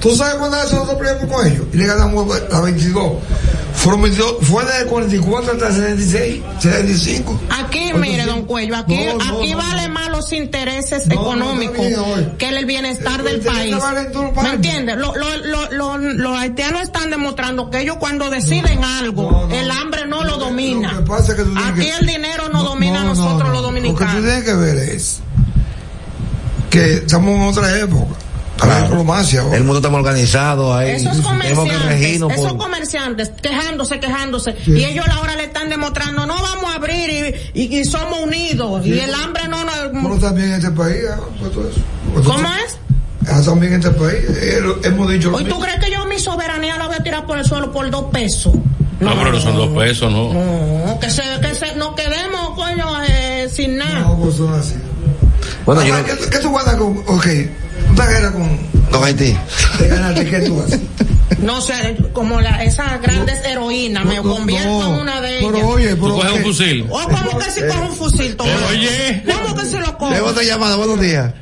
B: ¿Tú sabes cuándo hace nosotros peleamos con ellos? Y le ganamos la 22. Fueron 22, fue desde el 44 hasta el 76, 75.
C: Aquí, mire, don Cuello, aquí, aquí vale más los intereses económicos que el bienestar del país. ¿Me entiendes? Lo- lo- lo- lo- los haitianos están demostrando que ellos cuando deciden algo, el hambre no lo domina. aquí el dinero no, domina a nosotros los
B: Lo que tú
C: dominicanos.
B: tienes que ver es que estamos en otra época. La diplomacia.
E: El mundo está más organizado ahí.
C: Esos
E: Tenemos que
C: comerciantes,
E: regirnos
C: esos
E: por-
C: comerciantes quejándose, quejándose, y ellos ahora le están demostrando, no vamos a abrir y, y- y somos unidos, y el hambre no
B: Pero
C: nos...
B: también en este país
C: ¿eh?
B: ha puesto eso.
C: ¿Cómo es?
B: Ah, También en este país eh, lo- hemos dicho lo
C: Hoy tú
B: mismo.
C: crees que yo mi soberanía la voy a tirar por el suelo por dos pesos.
D: No, pero no son dos pesos, no.
C: No, que se, que se, nos quedemos, coño, eh, sin nada. No,
B: pues son así.
E: Bueno, yo
B: Ahora, ¿qué, qué tú guardas con.? Ok, una guerra con.
E: Con Haití.
B: Te ganaste, ¿qué tú haces?
C: No sé, como la, esas grandes heroínas, me convierto en una de ellas.
B: Pero oye,
D: Tú
B: pero
D: coges un
B: ¿qué?
D: fusil.
C: O como que si cojo un fusil, todo.
D: Oye.
C: ¿Cómo que se lo cojo?
E: Tengo otra llamada, buenos días.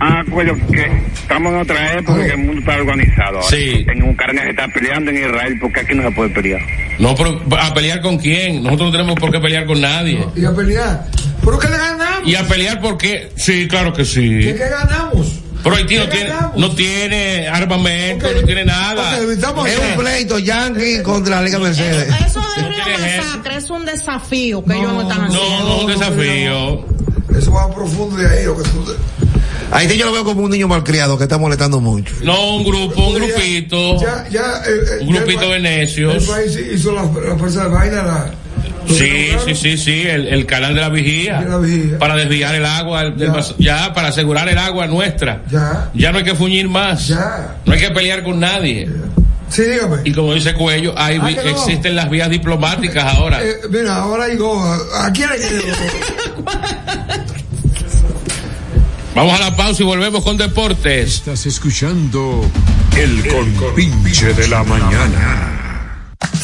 J: Ah, pues que estamos en otra época
F: Ah.
J: que el mundo está organizado. ahora.
D: Sí.
J: En Ucrania se está peleando en Israel porque aquí no se puede pelear.
D: No, pero a pelear con quién. Nosotros no tenemos por qué pelear con nadie.
B: Y a pelear. ¿Pero qué le ganamos?
D: Y a pelear porque. Sí, claro que
B: ¿Qué,
D: sí.
B: qué ganamos?
D: Pero Haití no
B: ¿Qué
D: tiene,
B: ganamos?
D: no tiene armamento, no tiene nada.
E: Ok, estamos- es un pleito Yankee contra la Liga Mercedes.
C: Eso es una masacre, es un desafío que ellos no están haciendo.
D: No, no, un desafío.
B: Eso va profundo de ahí, lo que tú...
E: Haití yo lo veo como un niño malcriado que está molestando mucho.
D: No, un grupo, un grupito.
B: Ya, ya, eh, eh,
D: Un grupito
B: ya el
D: de
B: pa-
D: necios.
B: El país hizo la, la fuerza de vaina, la,
D: Sí, sí, sí, sí, el, el canal de la vigía. Para desviar el agua, del vas- ya. para asegurar el agua nuestra.
B: Ya.
D: no hay que fuñir más. No hay que pelear con nadie.
B: Sí, dígame.
D: Y como dice Cuello, hay,
B: Ah,
D: vi-
B: que no.
D: existen las vías diplomáticas ahora.
B: Eh, mira, ahora hay goja. ¿A quién le quedó?
D: Vamos a la pausa y volvemos con deportes.
I: Estás escuchando el compinche de la mañana.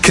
K: Que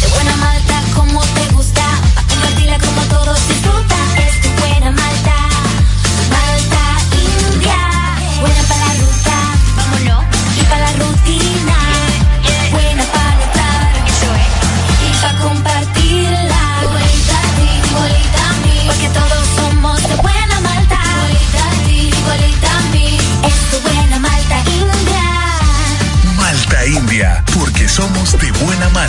H: buena malta como te gusta, pa' compartirla como todos disfrutan. Es tu buena malta, malta india. Buena para la ruta, vámonos. Y para la rutina, buena para notar. Y para compartirla. Igualita a ti, igualita a mí. Porque todos somos de buena malta. Igualita a ti, igualita a mí. Es tu buena malta india.
L: Malta India, porque somos de buena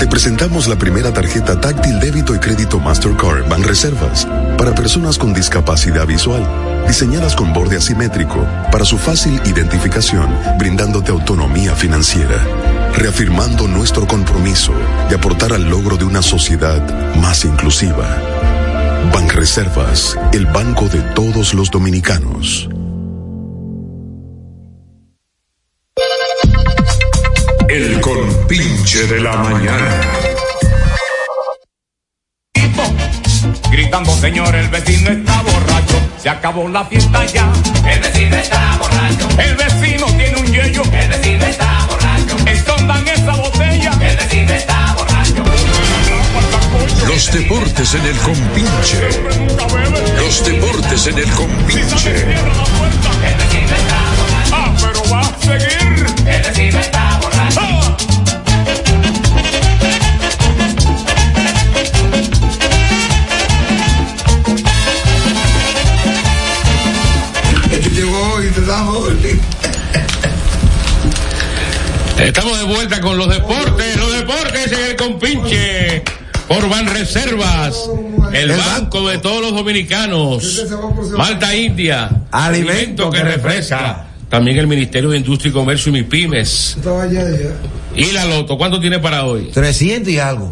G: te presentamos la primera tarjeta táctil débito y crédito Mastercard Banreservas para personas con discapacidad visual, diseñadas con borde asimétrico para su fácil identificación, brindándote autonomía financiera, reafirmando nuestro compromiso de aportar al logro de una sociedad más inclusiva. Banreservas, el banco de todos los dominicanos.
I: El compinche de la mañana.
M: Gritando, señor, el vecino está borracho. Se acabó la fiesta ya. El vecino está borracho. El vecino tiene un yello. El vecino está borracho. Escondan esa botella. El vecino está borracho.
I: Los deportes en el compinche. Los deportes en el compinche.
M: Ah, pero va a seguir. El vecino está borracho.
B: Este llegó y te damos.
D: Estamos de vuelta con los deportes, los deportes en el compinche. Por Van Reservas, el banco de todos los
B: Este
D: dominicanos. Malta India, alimento que refresca. También el Ministerio de Industria y Comercio y MIPIMES.
B: Estaba allá, allá.
D: ¿Y la loto? ¿Cuánto tiene para hoy?
E: 300 y algo.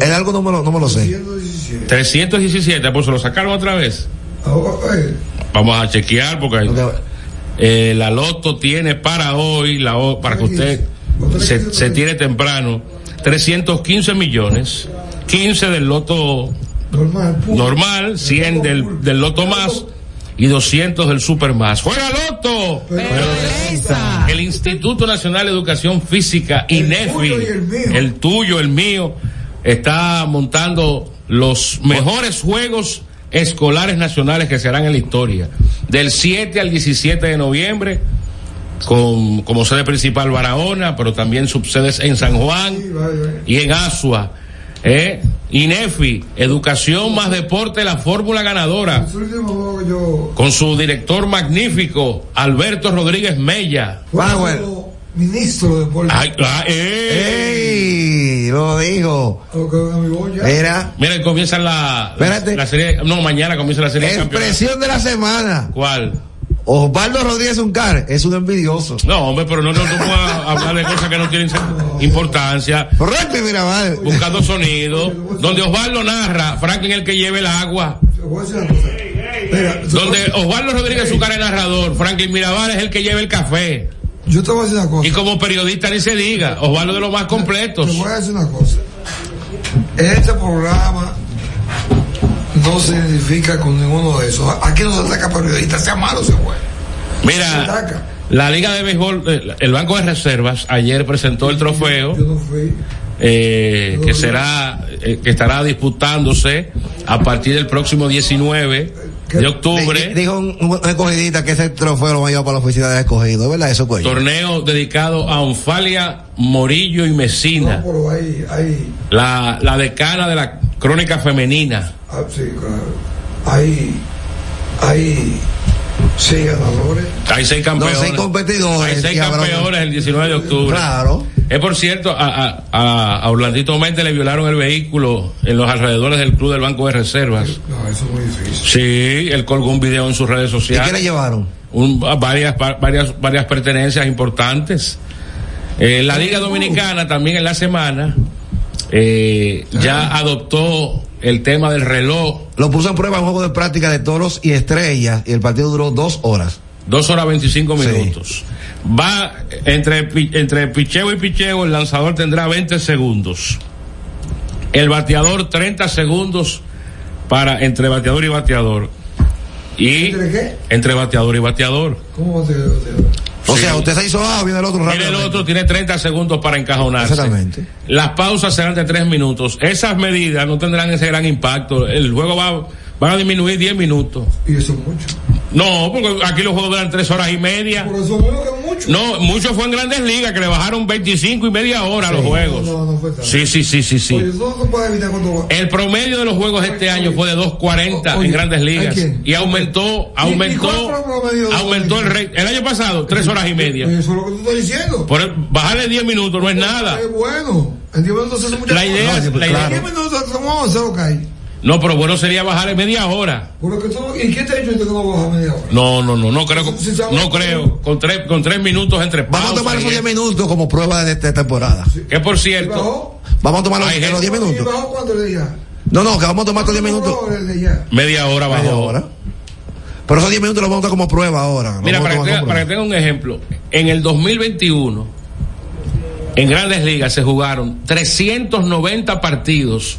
E: El algo no me lo, no me lo sé.
D: 317, pues se lo sacaron otra vez. Vamos a chequear porque eh, la loto tiene para hoy, la o- para que usted se, se tire temprano, 315 millones, 15 del loto normal, 100 del, del loto más y 200 del super más. ¡Juega loto! El Instituto Nacional de Educación Física, INEFI, el tuyo, el mío, está montando los mejores juegos escolares nacionales que se harán en la historia. Del 7 al 17 de noviembre, con, como sede principal Barahona, pero también subsedes en San Juan y en Asua. ¿eh? INEFI, Educación más Deporte, la fórmula ganadora con su director magnífico, Alberto Rodríguez Mella.
B: Ministro de Deportes.
D: Ay, ah, ey.
E: ¡Ey! Lo dijo. Mira.
D: Mira, comienza la, la,
E: Espérate.
D: la serie. No, mañana comienza la serie de campeonatos.
E: Expresión de la semana.
D: ¿Cuál?
E: Osvaldo Rodríguez Uncar es un envidioso.
D: No, hombre, pero no nos vamos a hablar de cosas que no
E: [LAUGHS]
D: tienen importancia.
E: Correcto, mira, madre.
D: Buscando sonido. Donde Osvaldo narra, Franklin el que lleve el agua. Donde Osvaldo Rodríguez Zúcar es narrador, Franklin Mirabal es el que lleva el café.
B: Yo te voy a decir una cosa.
D: Y como periodista ni se diga, Osvaldo de los más completos.
B: Te voy a decir una cosa. Este programa no se identifica con ninguno de esos. Aquí no se ataca periodistas, sea malo, sea bueno.
D: Mira, la Liga de Béisbol, eh, el Banco de Reservas ayer presentó el trofeo eh, que será, eh, que estará disputándose a partir del próximo 19 de octubre.
E: Dijo un, un- una escogidita que ese trofeo lo va a llevar para la oficina de escogido, ¿verdad? Eso, cuello.
D: Torneo dedicado a Onfalia Morillo y Mesina,
B: Pero ahí, ahí,
D: la, la decana de la crónica femenina.
B: ah, sí, claro. Ahí, ahí, seis ganadores.
D: Hay seis campeones.
E: No, seis competidores,
D: Hay seis
E: que habrá-
D: campeones el 19 de octubre.
E: Claro.
D: Es por cierto, a, a, a, a Orlandito Méndez le violaron el vehículo en los alrededores del Club del Banco de Reservas.
B: No, eso es muy difícil.
D: Sí, él colgó un video en sus redes
E: ¿Y
D: sociales.
E: qué le llevaron?
D: Un- a varias, pa- varias, varias pertenencias importantes. Eh, la Liga Dominicana también en la semana eh, ya adoptó el tema del reloj.
E: Lo puso en prueba en juego de práctica de toros y estrellas y el partido duró dos horas.
D: Dos horas 25 minutos. Va entre, pi- entre picheo y picheo, el lanzador tendrá 20 segundos. El bateador 30 segundos para entre bateador y bateador. Y ¿Entre bateador y bateador.
B: ¿Cómo te
E: O sea, usted se hizo A, viene el otro
D: Tiene el otro, tiene 30 segundos para encajonarse.
E: Exactamente.
D: Las pausas serán de 3 minutos. Esas medidas no tendrán ese gran impacto. El juego va, va a disminuir 10 minutos.
B: Y eso es mucho.
D: No, porque aquí los juegos duran 3 horas y media.
B: Por eso veo que mucho.
D: No, mucho fue en grandes ligas que le bajaron 25 y media hora a los juegos.
B: No, no fue tanto.
D: Sí, sí, sí, sí, sí.
B: Oye, ¿dónde se puede evitar cuando va?
D: El promedio de los juegos este año fue de 2.40 en grandes ligas y aumentó, aumentó, aumentó el rey. El año pasado, 3 horas y media.
B: Eso es lo que tú estás diciendo.
D: Por el- bajarle 10 minutos no es nada.
B: Es bueno. En 10 minutos se hace mucha
D: La
B: cosa.
D: idea-
E: pues,
D: la idea-
B: En 10 minutos somos 11, ok.
D: No, pero bueno sería bajarle media hora.
B: Por lo que tú, ¿Y qué te ha hecho este que no baja media hora?
D: No, no, no, no creo, que- no creo. Con tres, con tres minutos entre
E: Vamos a
D: pausas
E: tomar
D: y
E: esos 10
D: eso.
E: minutos como prueba de, de temporada.
D: Que por cierto,
E: Vamos a tomar los,
D: Hay
E: los
D: gente-
E: 10
B: ¿Y
E: minutos.
B: bajó cuánto le ya?
E: No, no, que vamos a tomar estos 10 minutos.
B: Desde ya.
D: media hora bajó.
E: Pero esos 10 minutos los vamos a tomar como prueba ahora. Los
D: Mira,
E: vamos a
D: para que,
E: tomar
D: tenga,
E: como
D: para
E: prueba.
D: que tenga un ejemplo, en el 2021, en grandes ligas se jugaron 390 partidos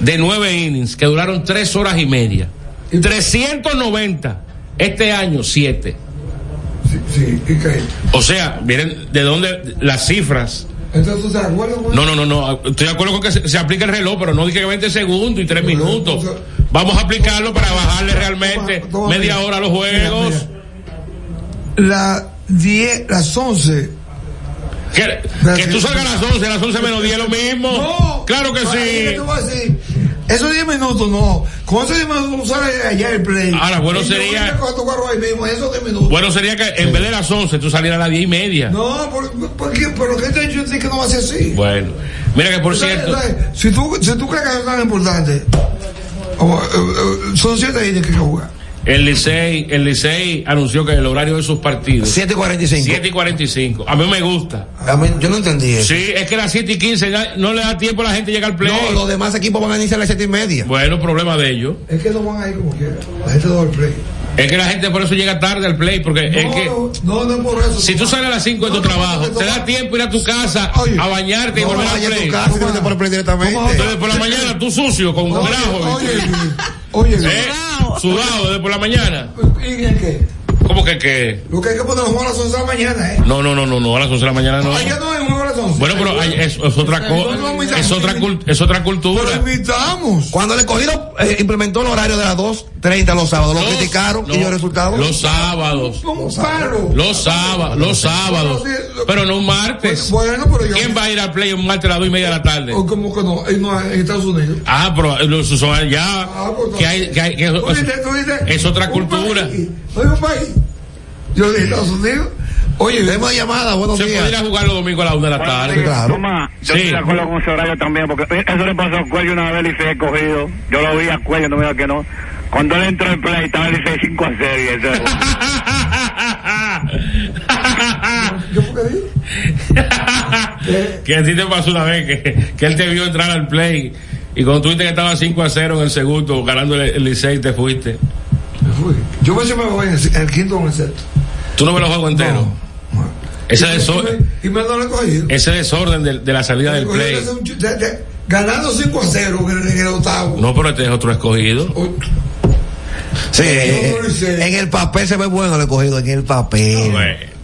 D: de 9 innings que duraron 3 horas y media. 390. Este año, 7.
B: Sí, y caí.
D: O sea, miren de dónde las cifras.
B: Entonces, ¿tú te acuerdas? güey?
D: No, no, no, no. Estoy de acuerdo con que se, se aplica el reloj, pero no dije que 20 segundos y 3 minutos. Vamos a aplicarlo para bajarle realmente media hora a los juegos.
B: La 10, las 11.
D: Que, que tú salgas a las 11, a las 11 menos 10 lo mismo. claro que
B: Ahora, ¿qué te voy a
D: sí.
B: decir? Esos 10 minutos no. Con esos 10 minutos tú sales allá el play.
D: Ahora, bueno
B: Y yo
D: sería-
B: voy a coger tu carro ahí mismo, esos 10 minutos.
D: Bueno, sería que en vez de las 11 tú salieras a las 10 y media.
B: No, ¿por, por qué? ¿Pero qué te ha hecho decir que no va a ser así?
D: Bueno, mira que por
B: ¿Sabes?
D: cierto,
B: ¿Sabes? Si tú, si tú crees que es tan importante, o, eh, eh, son 7 días que hay que jugar.
D: El Licey, el Licey anunció que el horario de sus partidos. 7 y 45. 7 y 45. A mí me gusta.
E: A mí- yo no entendí eso.
D: Sí, es que las 7 y 15 ya no le da tiempo a la gente llegar al play.
E: No, los demás equipos van a iniciar a las 7 y media.
D: Bueno, problema de ellos.
B: Es que no van a ir como quiera. La gente no va al play.
D: Es que la gente por eso llega tarde al play, porque es que...
B: No, no es por eso.
D: Si tú sales a las 5 de tu trabajo, te da tiempo ir a tu casa a bañarte y
E: no
D: volver al
E: vayas a tu
D: play.
E: casa y te metes por el play directamente.
D: Entonces por la mañana tú sucio, con un grajo. [LAUGHS]
B: Oye,
D: ¿Eh? Sudado desde por la mañana.
B: ¿Y qué?
D: ¿Cómo que qué?
B: Lo que hay que poner los juegos a las 11 de la mañana, ¿eh?
D: No, no, no, no, no, a las 11 de la mañana no.
B: Ay, ya no hay juego a las 11.
D: Bueno, pero hay- es, es otra cosa, [LAUGHS] es otra, cul- es otra cultura.
E: invitamos. Cuando el escogido eh, implementó el horario de las 2.30 los sábados, lo
D: Los-
E: criticaron
D: no,
E: y los resultados.
D: Los sábados. Los sábados, los sábados. Pero no un martes. ¿Quién va a ir al play un martes a las 2 y media de la tarde?
B: O como que no, eh, no, en Estados Unidos. Ah, pues
D: Ah, pero eh, los usuarios ya. que hay, que hay- que es-
B: Tú dices, tú dices,
D: es otra
B: un
D: cultura.
B: país, no hay un país. Yo dije Estados Unidos. Oye,
E: Tenemos una llamada, buenos
D: Se
E: días.
D: podría jugar los domingos a las 1 de la tarde.
J: Toma, yo estoy de acuerdo con ese horario también, porque eso le pasó a Cuello una vez y se cogido. Yo lo vi a Cuello, no me digas que no. Cuando él entró en play, estaba el Licey 5 a 6. Eso.
D: [LAUGHS] Que a ti te pasó una vez que, que él te vio entrar al play y cuando tuviste que estaba 5 a 0 en el segundo, ganando el, el Licey, te fuiste.
B: Yo me me voy en el, en el quinto o en el sexto.
D: ¿Tú no ves los juegos enteros? Ese, desor-
B: Y me lo he cogido.
D: ese desorden de, de la salida del
B: Cogido
D: play.
B: ese un ch- de- de- Ganando 5 a 0 en el- en el octavo.
D: No, pero este es otro escogido.
E: Sí, eh, en el papel se ve bueno el escogido, en el papel.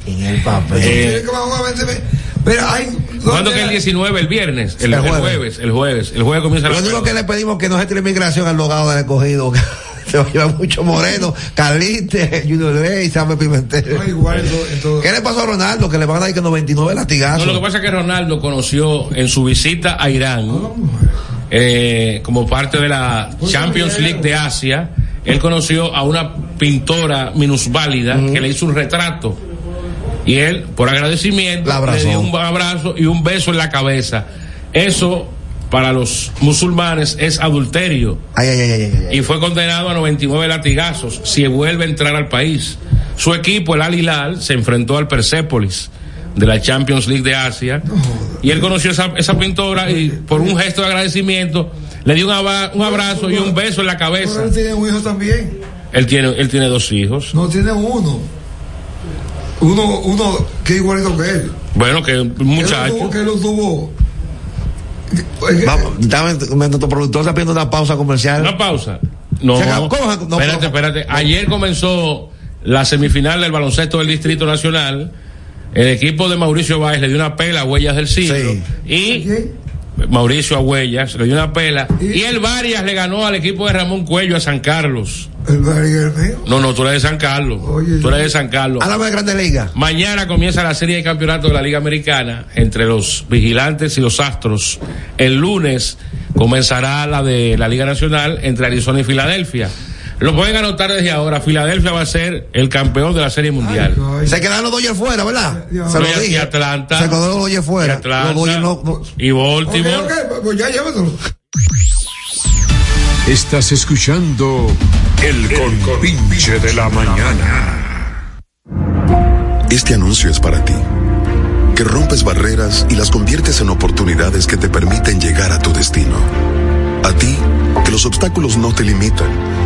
E: En el papel.
D: Eh,
B: Que vamos a venderme. Mira, hay.
D: ¿Cuándo que el 19? El viernes. El, el jueves. El jueves. El jueves comienza a
E: Lo
D: las
E: único
D: nueve.
E: que le pedimos es que no se tire migración al logado del escogido. que [LAUGHS] Se va a llevar mucho Moreno, Caliste, Junior Rey, Samuel Pimentel. ¿Qué le pasó a Ronaldo? Que le van a dar que 99
D: No,
E: latigazos.
D: lo que pasa es que Ronaldo conoció en su visita a Irán, eh, como parte de la Champions League de Asia, él conoció a una pintora minusválida que le hizo un retrato. Y él, por agradecimiento, le dio un abrazo y un beso en la cabeza. Eso, para los musulmanes, es adulterio.
E: Ay, ay, ay, ay, ay.
D: Y fue condenado a 99 latigazos si vuelve a entrar al país. Su equipo, el Al Hilal, se enfrentó al Persepolis de la Champions League de Asia. Y él conoció esa, esa pintora y por un gesto de agradecimiento le dio un, aba- un abrazo y un beso en la cabeza.
B: Él tiene un hijo también.
D: Él tiene, él tiene dos hijos.
B: No tiene uno. Uno, uno que es igualito que él.
D: Bueno, que un muchacho.
B: Que lo tuvo.
E: Vamos, dame, nuestro productor está pidiendo una pausa comercial.
D: Una pausa. No,
E: Se acabó, ¿cómo se- no,
D: espérate, espérate. Ayer comenzó la semifinal del baloncesto del Distrito Nacional. El equipo de Mauricio Báez le dio una pela a Huellas del Siglo. Y Mauricio a Huellas le dio una pela. Y el Varias le ganó al equipo de Ramón Cuello a San Carlos.
B: El barrio
D: No, no, tú eres de San Carlos. tú eres de San Carlos.
E: Háblame de Grande Liga.
D: Mañana comienza la serie de campeonato de la Liga Americana entre los vigilantes y los astros. El lunes comenzará la de la Liga Nacional entre Arizona y Filadelfia. Lo pueden anotar desde ahora. Filadelfia va a ser el campeón de la Serie Mundial.
E: Se quedaron los Dodgers fuera, ¿verdad? Se lo
D: Y- y
E: dije.
D: Atlanta.
E: Se quedaron los Dodgers fuera.
D: Y Atlanta.
E: Los Dodgers no- no-
D: Y Baltimore.
B: Ok, ok, pues ya llévatelo.
I: Estás escuchando el compinche de la mañana.
G: Este anuncio es para ti, que rompes barreras y las conviertes en oportunidades que te permiten llegar a tu destino. A ti, que los obstáculos no te limitan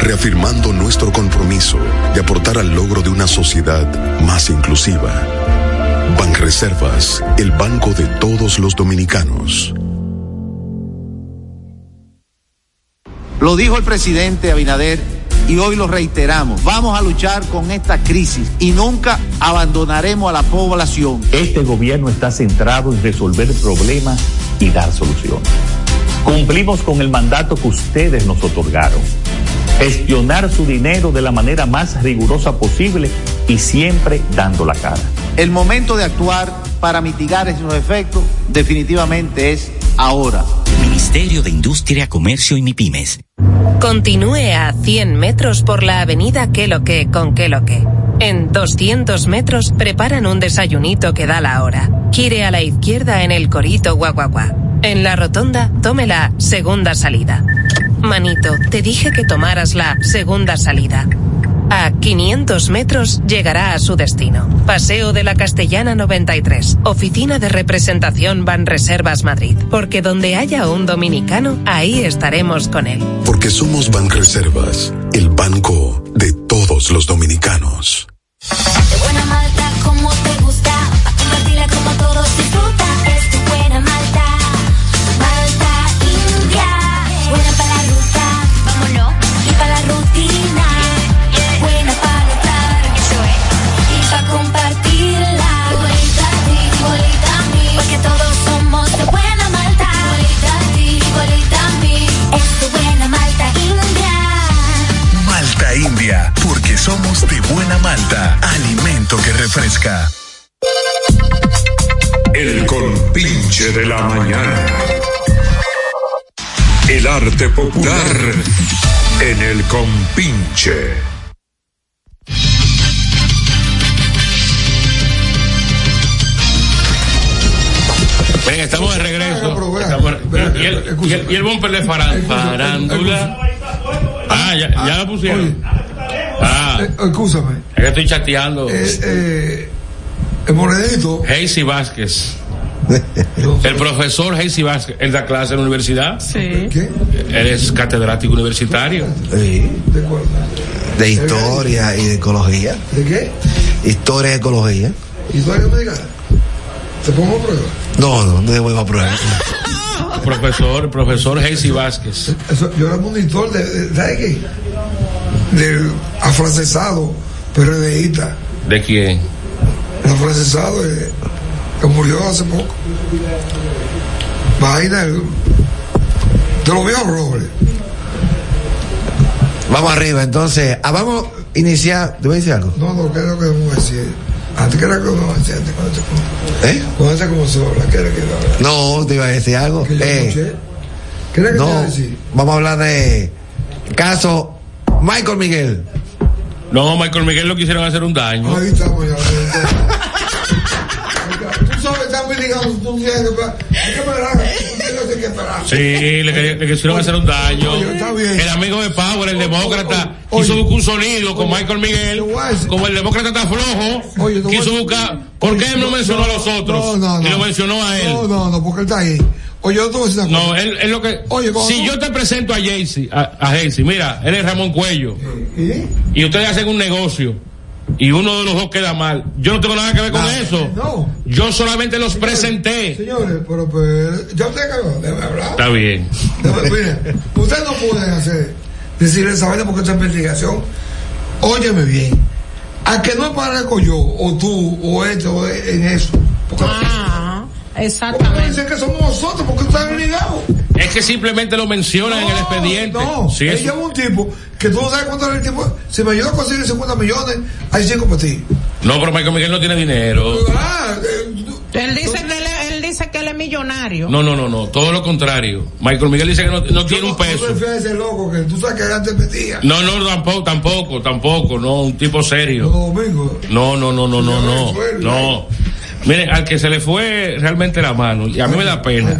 G: reafirmando nuestro compromiso de aportar al logro de una sociedad más inclusiva. Banreservas, el banco de todos los dominicanos.
N: Lo dijo el presidente Abinader y hoy lo reiteramos. Vamos a luchar con esta crisis y nunca abandonaremos a la población.
O: Este gobierno está centrado en resolver problemas y dar soluciones. Cumplimos con el mandato que ustedes nos otorgaron. Gestionar su dinero de la manera más rigurosa posible y siempre dando la cara.
N: El momento de actuar para mitigar esos efectos definitivamente es ahora.
P: Ministerio de Industria, Comercio y MIPIMES.
Q: Continúe a 100 metros por la avenida Queloque con Queloque. En 200 metros preparan un desayunito que da la hora. Gire a la izquierda en el Corito Guaguaguá. En la rotonda, tome la segunda salida. Manito, te dije que tomaras la segunda salida. A 500 metros llegará a su destino. Paseo de la Castellana 93, Oficina de Representación Banreservas Madrid. Porque donde haya un dominicano, ahí estaremos con él.
G: Porque somos Banreservas, el banco de todos los dominicanos.
H: De buena malta como te gusta, pa' compartirla como todos disfrutan. Es tu buena malta, malta india. Buena para la ruta, vámonos. Y para la rutina, buena para notar. Eso es. Y para compartirla. Igualita a ti, igualita a mí. Porque todos somos de buena malta. Igualita a ti, igualita a mí. Es tu buena malta india.
L: Malta India, porque somos de buena malta, alimento que refresca.
M: Ah.
I: El compinche de la mañana. El arte popular en el compinche.
D: Ven, estamos de regreso. Estamos de re- y, el, y el- y el bumper de faran- farándula. Ah, ya, ya lo pusieron. Ah,
B: Eh, Escúchame.
D: es que estoy chateando.
B: Eh, El monedito. [LAUGHS]
D: Heisy Vázquez. El profesor Heisy Vázquez. Él da clase en la universidad.
B: Sí. ¿Qué?
D: Él es catedrático universitario.
E: De historia y de ecología.
B: ¿De qué?
E: Historia y ecología.
B: ¿Historia americana? ¿Te pongo a prueba?
E: No, no, no voy a probar.
D: Profesor, profesor Heisy Vázquez.
B: Eso- yo era monitor de, de- ¿sabes qué? Del afrancesado PRDista.
D: ¿De quién?
B: El afrancesado eh, que murió hace poco. Vaina, el- te lo veo, Robert.
E: Vamos arriba, entonces. Ah, vamos a iniciar. ¿Te voy a decir algo?
B: No, no, creo que vamos a decir. Antes que era que no decía, antes cuando te-
E: ¿Eh?
B: Cuando te como sobra, que era que no habla.
E: No, te iba a decir algo. Eh,
B: ¿Qué era que te iba
E: no,
B: a decir?
E: vamos a hablar de caso Michael Miguel.
D: No, Michael Miguel lo quisieron hacer un daño.
B: Ahí estamos ya. Tú sabes, estamos ligados, tú tienes que parar. Hay que parar, tú tienes que parar.
D: Sí, le, quería- le quisieron hacer un daño. El amigo de Power, el demócrata, quiso buscar un sonido con Michael Miguel. Como el demócrata está flojo, quiso buscar. ¿Por qué no mencionó a los otros?
B: No, no,
D: Y lo
B: no.
D: mencionó a él.
B: No, no, no, porque él está ahí. Oye, yo te voy a decir una
D: No,
B: cosa.
D: él es lo que.
B: Oye, cuando
D: si
B: tú-
D: yo te presento a Jaycee, a, a Jaycee, mira, él es Ramón Cuello. Y ustedes hacen un negocio. Y uno de los dos queda mal. Yo no tengo nada que ver con eso.
B: No.
D: Yo solamente los presenté.
B: Señores, pero, pero yo te acabo de hablar.
D: Está bien.
B: Mire, ustedes no pueden hacer, decirle esa vaina porque esta investigación. Óyeme bien. A que no parezco yo, o tú, o este, o e- en eso. Porque
C: Ah,
B: ustedes
C: exactamente.
B: dicen que somos nosotros porque están ligados.
D: Es que simplemente lo mencionan en el expediente.
B: No,
D: Sí,
B: él
D: es-
B: lleva un tipo que tú no sabes cuánto era el tipo. Si me ayuda a conseguir 50 millones, hay 5 para ti.
D: No, pero Michael Miguel no tiene dinero.
C: Él dice que él, es- él dice que él es millonario.
D: No, no, no, no. Todo lo contrario. Michael Miguel dice que no, no tiene un
B: Tú
D: peso.
B: te fías de ese loco que tú sabes que antes metía.
D: No, no, tampoco, tampoco, tampoco. No, un tipo serio.
B: Domingo.
D: No, no, no, no, no, no. No. Miren, al que se le fue realmente la mano, y a mí me da pena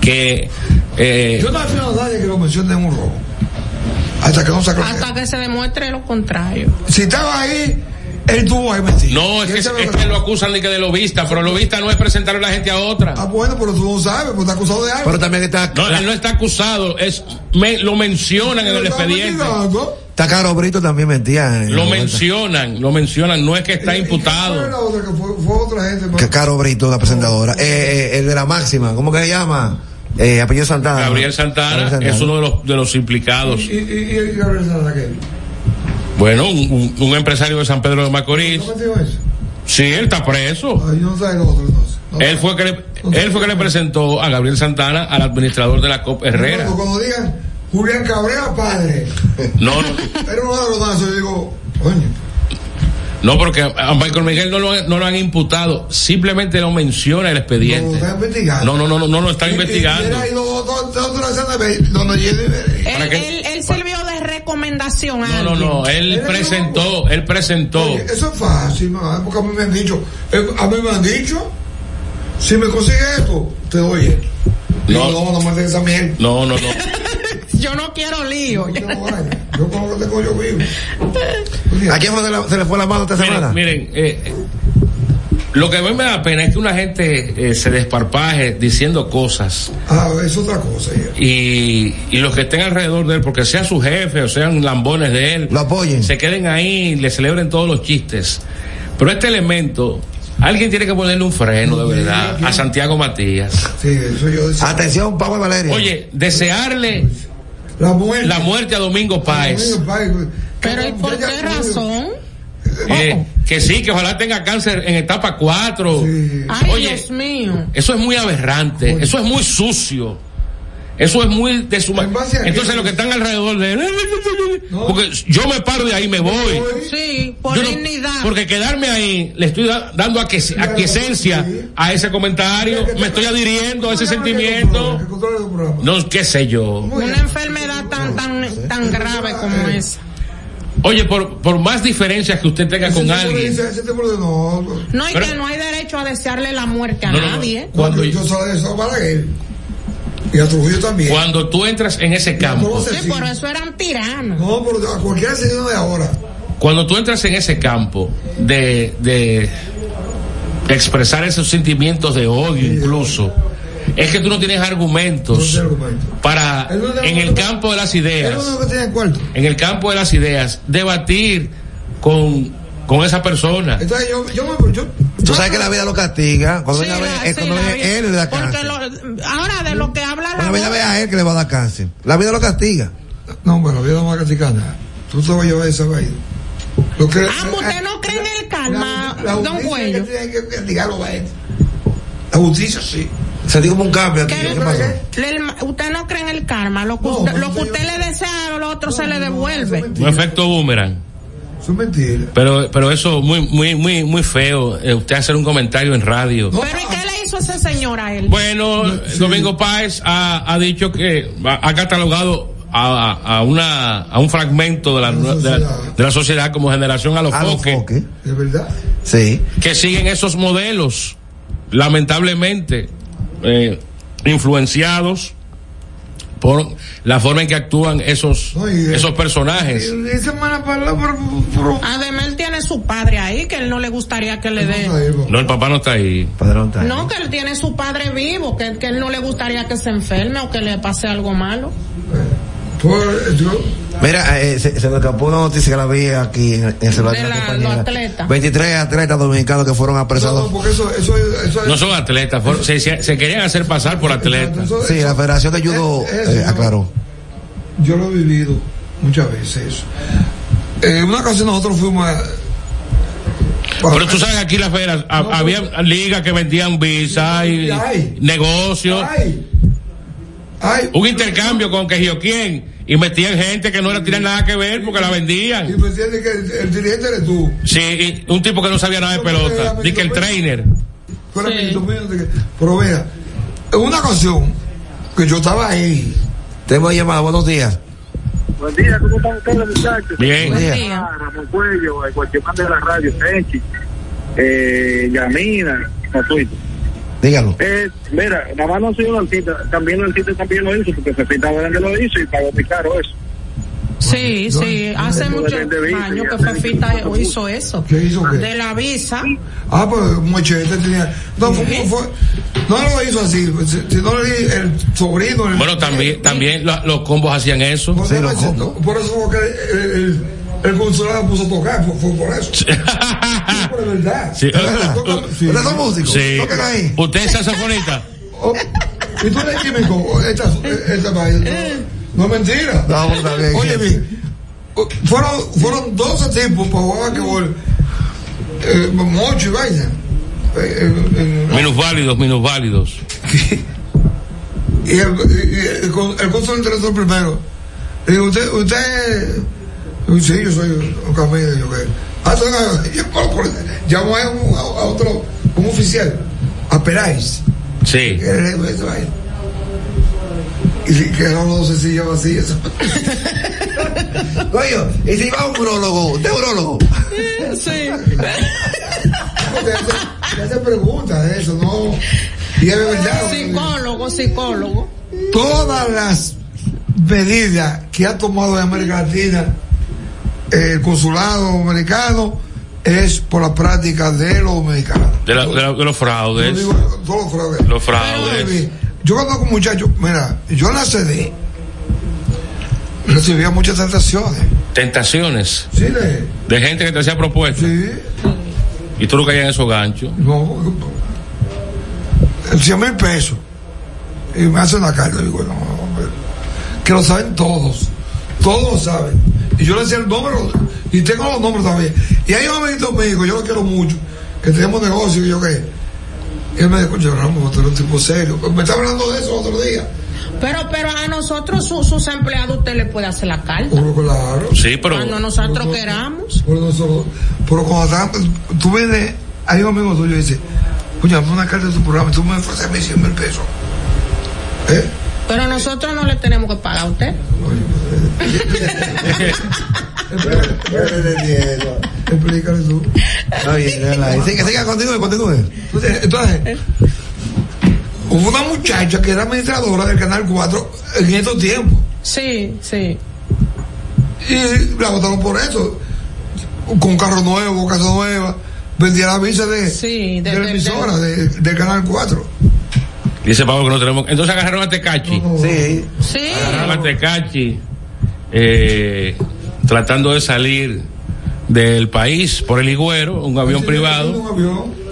D: que. eh,
B: Yo no afirmo a nadie que lo mencione en un robo. Hasta que no saque
C: Hasta que se demuestre lo contrario.
B: Si estaba ahí, él tuvo ahí metido.
D: no, es que, es que lo acusan de que de lobista, pero lobista no es presentarle a la gente a otra.
B: Ah, bueno, pero tú no sabes, porque está acusado de algo.
E: Pero también está,
D: No, él no está acusado, es me- lo mencionan en el expediente.
E: está Caro Brito también mentía. en
D: Lo
E: la-
D: mencionan, lo mencionan, no es que está imputado.
B: La otra que fue, fue otra gente.
E: que Caro Brito, la presentadora. Eh, eh, el de la máxima, ¿cómo que se llama? Eh, apellido Santana.
D: Gabriel Santana
E: Gabriel
D: es uno de los, de los implicados.
B: Y, y, y Gabriel Santana, ¿qué?
D: Bueno, un, un- un empresario de San Pedro de Macorís.
B: ¿Cómo te digo eso?
D: Sí, él está preso.
B: Ah, yo no sé el otro, entonces.
D: Él fue que le, él fue que le presentó a Gabriel Santana al administrador de la COP Herrera.
B: Cuando, cuando digan Julián Cabrera, padre,
D: [LAUGHS] No, no.
B: era un ladronazo, yo digo, coño.
D: No, porque a Michael Miguel no lo, han- no lo han imputado, simplemente lo menciona el expediente. No, no, no, no, no lo están investigando.
B: Era ahí dos- dos- dos- dos razones de- donde lleve-
D: ¿Para qué?
C: Él, él sirvió de recomendación a
D: No, no,
C: alguien.
D: no, él presentó, él presentó.
B: Eso es fácil, Ah, mamá, porque a mí me han dicho, eh, a mí me han dicho, si me consigues esto, te doy esto. No, no, no me des esa mierda.
D: No, no, no.
C: Yo no quiero lío. [LAUGHS]
B: Yo como que tengo yo vivo.
E: ¿A quién fue se, la- se le fue la mano esta semana?
D: Miren, miren, eh, eh, lo que a mí me da pena es que una gente eh, se desparpaje diciendo cosas
B: Ah, es otra cosa. ya.
D: y, y los que estén alrededor de él, porque sean su jefe o sean lambones de él, lo apoyen. Se queden ahí y le celebren todos los chistes. Pero este elemento, alguien tiene que ponerle un freno de verdad a Santiago Matías.
B: Sí, eso yo decía.
E: Atención, Pablo Valeria.
D: Oye, desearle
B: la muerte,
D: a Domingo Páez.
C: Pero ¿y por qué razón?
D: eh, que sí, que ojalá tenga cáncer en etapa 4.
C: Ay,
D: Oye,
C: Dios mío.
D: Eso es muy aberrante, eso es muy sucio. Eso es muy deshumano. Entonces los que están alrededor de él, porque yo me paro de ahí me voy.
C: Sí, por
D: Yo no-
C: dignidad.
D: porque quedarme ahí le estoy da- dando aquies- aquiescencia a ese comentario, me estoy adhiriendo a ese sentimiento. No, qué sé yo.
C: Una enfermedad tan, tan, tan grave como esa.
D: Oye, por, por más diferencias que usted tenga con alguien,
B: Ese tipo de no. no.
C: No, y
D: Pero-
C: que no hay derecho a desearle la muerte a
D: No, no, no.
C: nadie. ¿eh?
D: Cuando-
B: yo solo eso para él. Y a Trujillo también.
D: cuando tú entras en ese campo,
C: Sí, por eso eran tiranos.
B: No, pero a cualquier asesino de ahora.
D: cuando tú entras en ese campo de, de expresar esos sentimientos de odio incluso, es que tú no tienes argumentos para en el campo de las
B: Era
D: ideas,
B: uno que tenía en cuarto.
D: en el campo de las ideas, debatir con, con esa persona.
B: Entonces yo, yo me. Yo,
E: Tú sabes que la vida lo castiga. Cuando viene a ver, es cuando viene él le da
C: Porque
E: cáncer.
C: lo- ahora de lo que habla la
E: Cuando viene a ver
C: voz-
E: a él que le va a dar cáncer. La vida lo castiga.
B: No, pero la vida no va a castigar nada. Tú te vas a llevar esa vaina. Lo que.
C: Ah, usted no cree en el calma,
B: eh, la
C: don
B: justicia
C: Cuello.
B: Tienen que castigarlo a él. La justicia sí.
E: Se dio como un cambio. aquí. ¿Qué pasó?
C: Le- el- usted no cree en el karma. Lo que usted, lo que usted le desea, al otro se le devuelve.
D: Un efecto boomerang.
B: Eso es mentira.
D: Pero, pero eso muy, muy, muy, muy feo. eh, usted hacer un comentario en radio.
C: Pero ¿y qué le hizo ese señor a él?
D: Bueno, eh, Domingo Páez ha, ha dicho que ha ha catalogado a, a una a un fragmento de la, de la, de la sociedad como generación a los foques
B: ¿De verdad?
E: Sí.
D: que siguen esos modelos, lamentablemente eh, influenciados por la forma en que actúan esos esos personajes.
B: Dice mala palabra,
C: Además, él tiene su padre ahí, que él no le gustaría que le dé.
D: No, el papá no está ahí.
C: No, que él tiene su padre vivo, que, que él no le gustaría que se enferme o que le pase algo malo.
E: Mira, eh, se, se me escapó una noticia que la vi aquí en, en el celular de,
C: De
E: una
C: la-
E: compañera.
C: los atletas.
E: 23 atletas dominicanos que fueron
B: No,
E: apresados.
B: no, porque eso, eso, eso,
D: No son atletas, fueron- se, se- se querían hacer pasar por atletas.
E: sí, la Federación de Judo eh, aclaró.
B: Yo lo he vivido muchas veces eso. Eh, una ocasión nosotros fuimos a.
D: Pero tú sabes, aquí las federas, a- había ligas que vendían visa y
B: Ay.
D: negocios. Un intercambio con que yo quién. Y metían gente que no era, tenía nada que ver porque la vendían.
B: Y me entiende que el, el dirigente Este eres tú.
D: Sí, y un tipo que no sabía nada de pelota. Dice que el trainer.
B: Tú eres amiguito mío, no sé qué. Pero vea, en una ocasión que yo estaba ahí.
E: Tengo llamada, buenos días.
F: Buen día, ¿cómo están ustedes, muchachos?
E: Bien. Buen día.
F: Ah, Ramón Cuello, el cualquier man de la radio, Tenchi, eh, Yamina, Matuito.
E: Dígalo.
F: Eh, mira, nada más no soy un artista, también un artista también lo hizo, porque Pepita Grande lo hizo y pagó muy caro eso.
C: Sí, sí, hace
F: no,
C: mucho
F: no, no, no,
C: años
F: no,
C: que
F: no,
C: Fefita
F: no, no,
C: hizo eso.
B: ¿Qué hizo qué?
C: De la visa.
B: Ah, pues mochete tenía. No, fue, fue- no lo hizo así. si- si no le di el sobrino. el-
D: Bueno, también, también la- los combos hacían eso.
B: Pues, Por eso fue que el, el- el consulado puso a tocar, fue, fue por eso. Sí, pero es verdad.
D: Sí.
B: ¿Ustedes son músicos?
D: Sí.
B: Toquen ahí.
D: Usted es saxofonista.
B: Oh, y tú eres químico, esta, esta vaina, No, no es mentira.
E: No, está bien.
B: Oye, mi, fueron, fueron 12 tipos para jugar basquetbol. Eh, mucho y vaina. Eh, eh,
D: Minusválidos, minusválidos.
B: Y el, y el, con- el cónsul le interesó primero. Le digo, usted, usted, sí, yo Ah, soy un camino, yo que. Llamo a, un- a- a otro, un oficial, a Peráis.
D: Sí.
B: Y si quedaron dos sillas vacías.
E: Coño, y si va un urologo, usted es urologo.
C: Sí.
B: Te hace, te hace preguntas de eso, ¿no? Y es verdad.
C: Psicólogo, psicólogo.
B: todas las medidas que ha tomado en América Latina eh, el consulado dominicano es por la práctica de los dominicanos.
D: De, la- de la- de los fraudes.
B: Todos los fraudes.
D: Los
C: Ah,
D: fraudes.
B: Yo conozco muchachos, mira, yo en la CD recibía muchas tentaciones.
D: Tentaciones.
B: Sí, de-
D: De gente que te hacía propuestas. Y tú no caías en esos ganchos.
B: No, 100 mil pesos. Y me hacen la carta. Digo, no, hombre. que lo saben todos. Todos lo saben. Y yo le decía el nombre, y tengo los nombres también. Y hay un amiguito mío, yo lo quiero mucho, que tenemos negocio, y yo qué. Y él me dijo, yo Ramos, tú eres un tipo serio. Me está hablando de eso el otro día.
C: [LAUGHS] Pero, pero a nosotros, su- sus empleados, usted le puede hacer la carta.
B: Claro.
D: Sí,
C: Cuando nosotros queramos.
B: Pero, nosotros, pero cuando está- tú vienes, hay un amigo tuyo y dice, oye, hazme una carta de tu programa, y tú me ofreces a mí 100 mil pesos.
C: Pero nosotros no le tenemos que pagar a usted.
B: Explícale tú.
E: Está bien, déjala ahí. Sigue, siga, continúe, continúe.
B: Entonces, entonces, hubo una muchacha que era administradora del Canal 4 en estos tiempos.
C: Sí, sí.
B: Y la votaron por eso. Con carro nuevo, casa nueva. Vendía la visa de, de la emisora, de- del Canal 4.
D: Dice Pablo que no tenemos. Entonces agarraron a Tecachi.
E: Sí.
C: Sí.
D: Agarraron a Tecachi. eh, tratando de salir del país por el Higüero, un avión privado.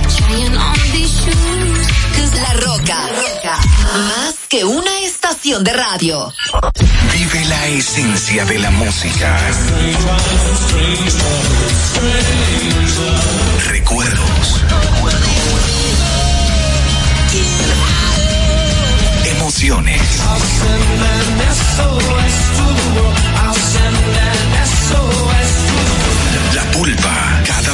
M: trying on these shoes. Cause
R: La Roca, Roca, más que una estación de radio.
L: Vive la esencia de la música. Recuerdos. Emociones. La Pulpa, cada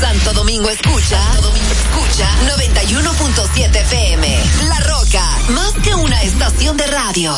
R: Santo Domingo escucha, Santo Domingo escucha 91.7 FM. La Roca, más que una estación de radio.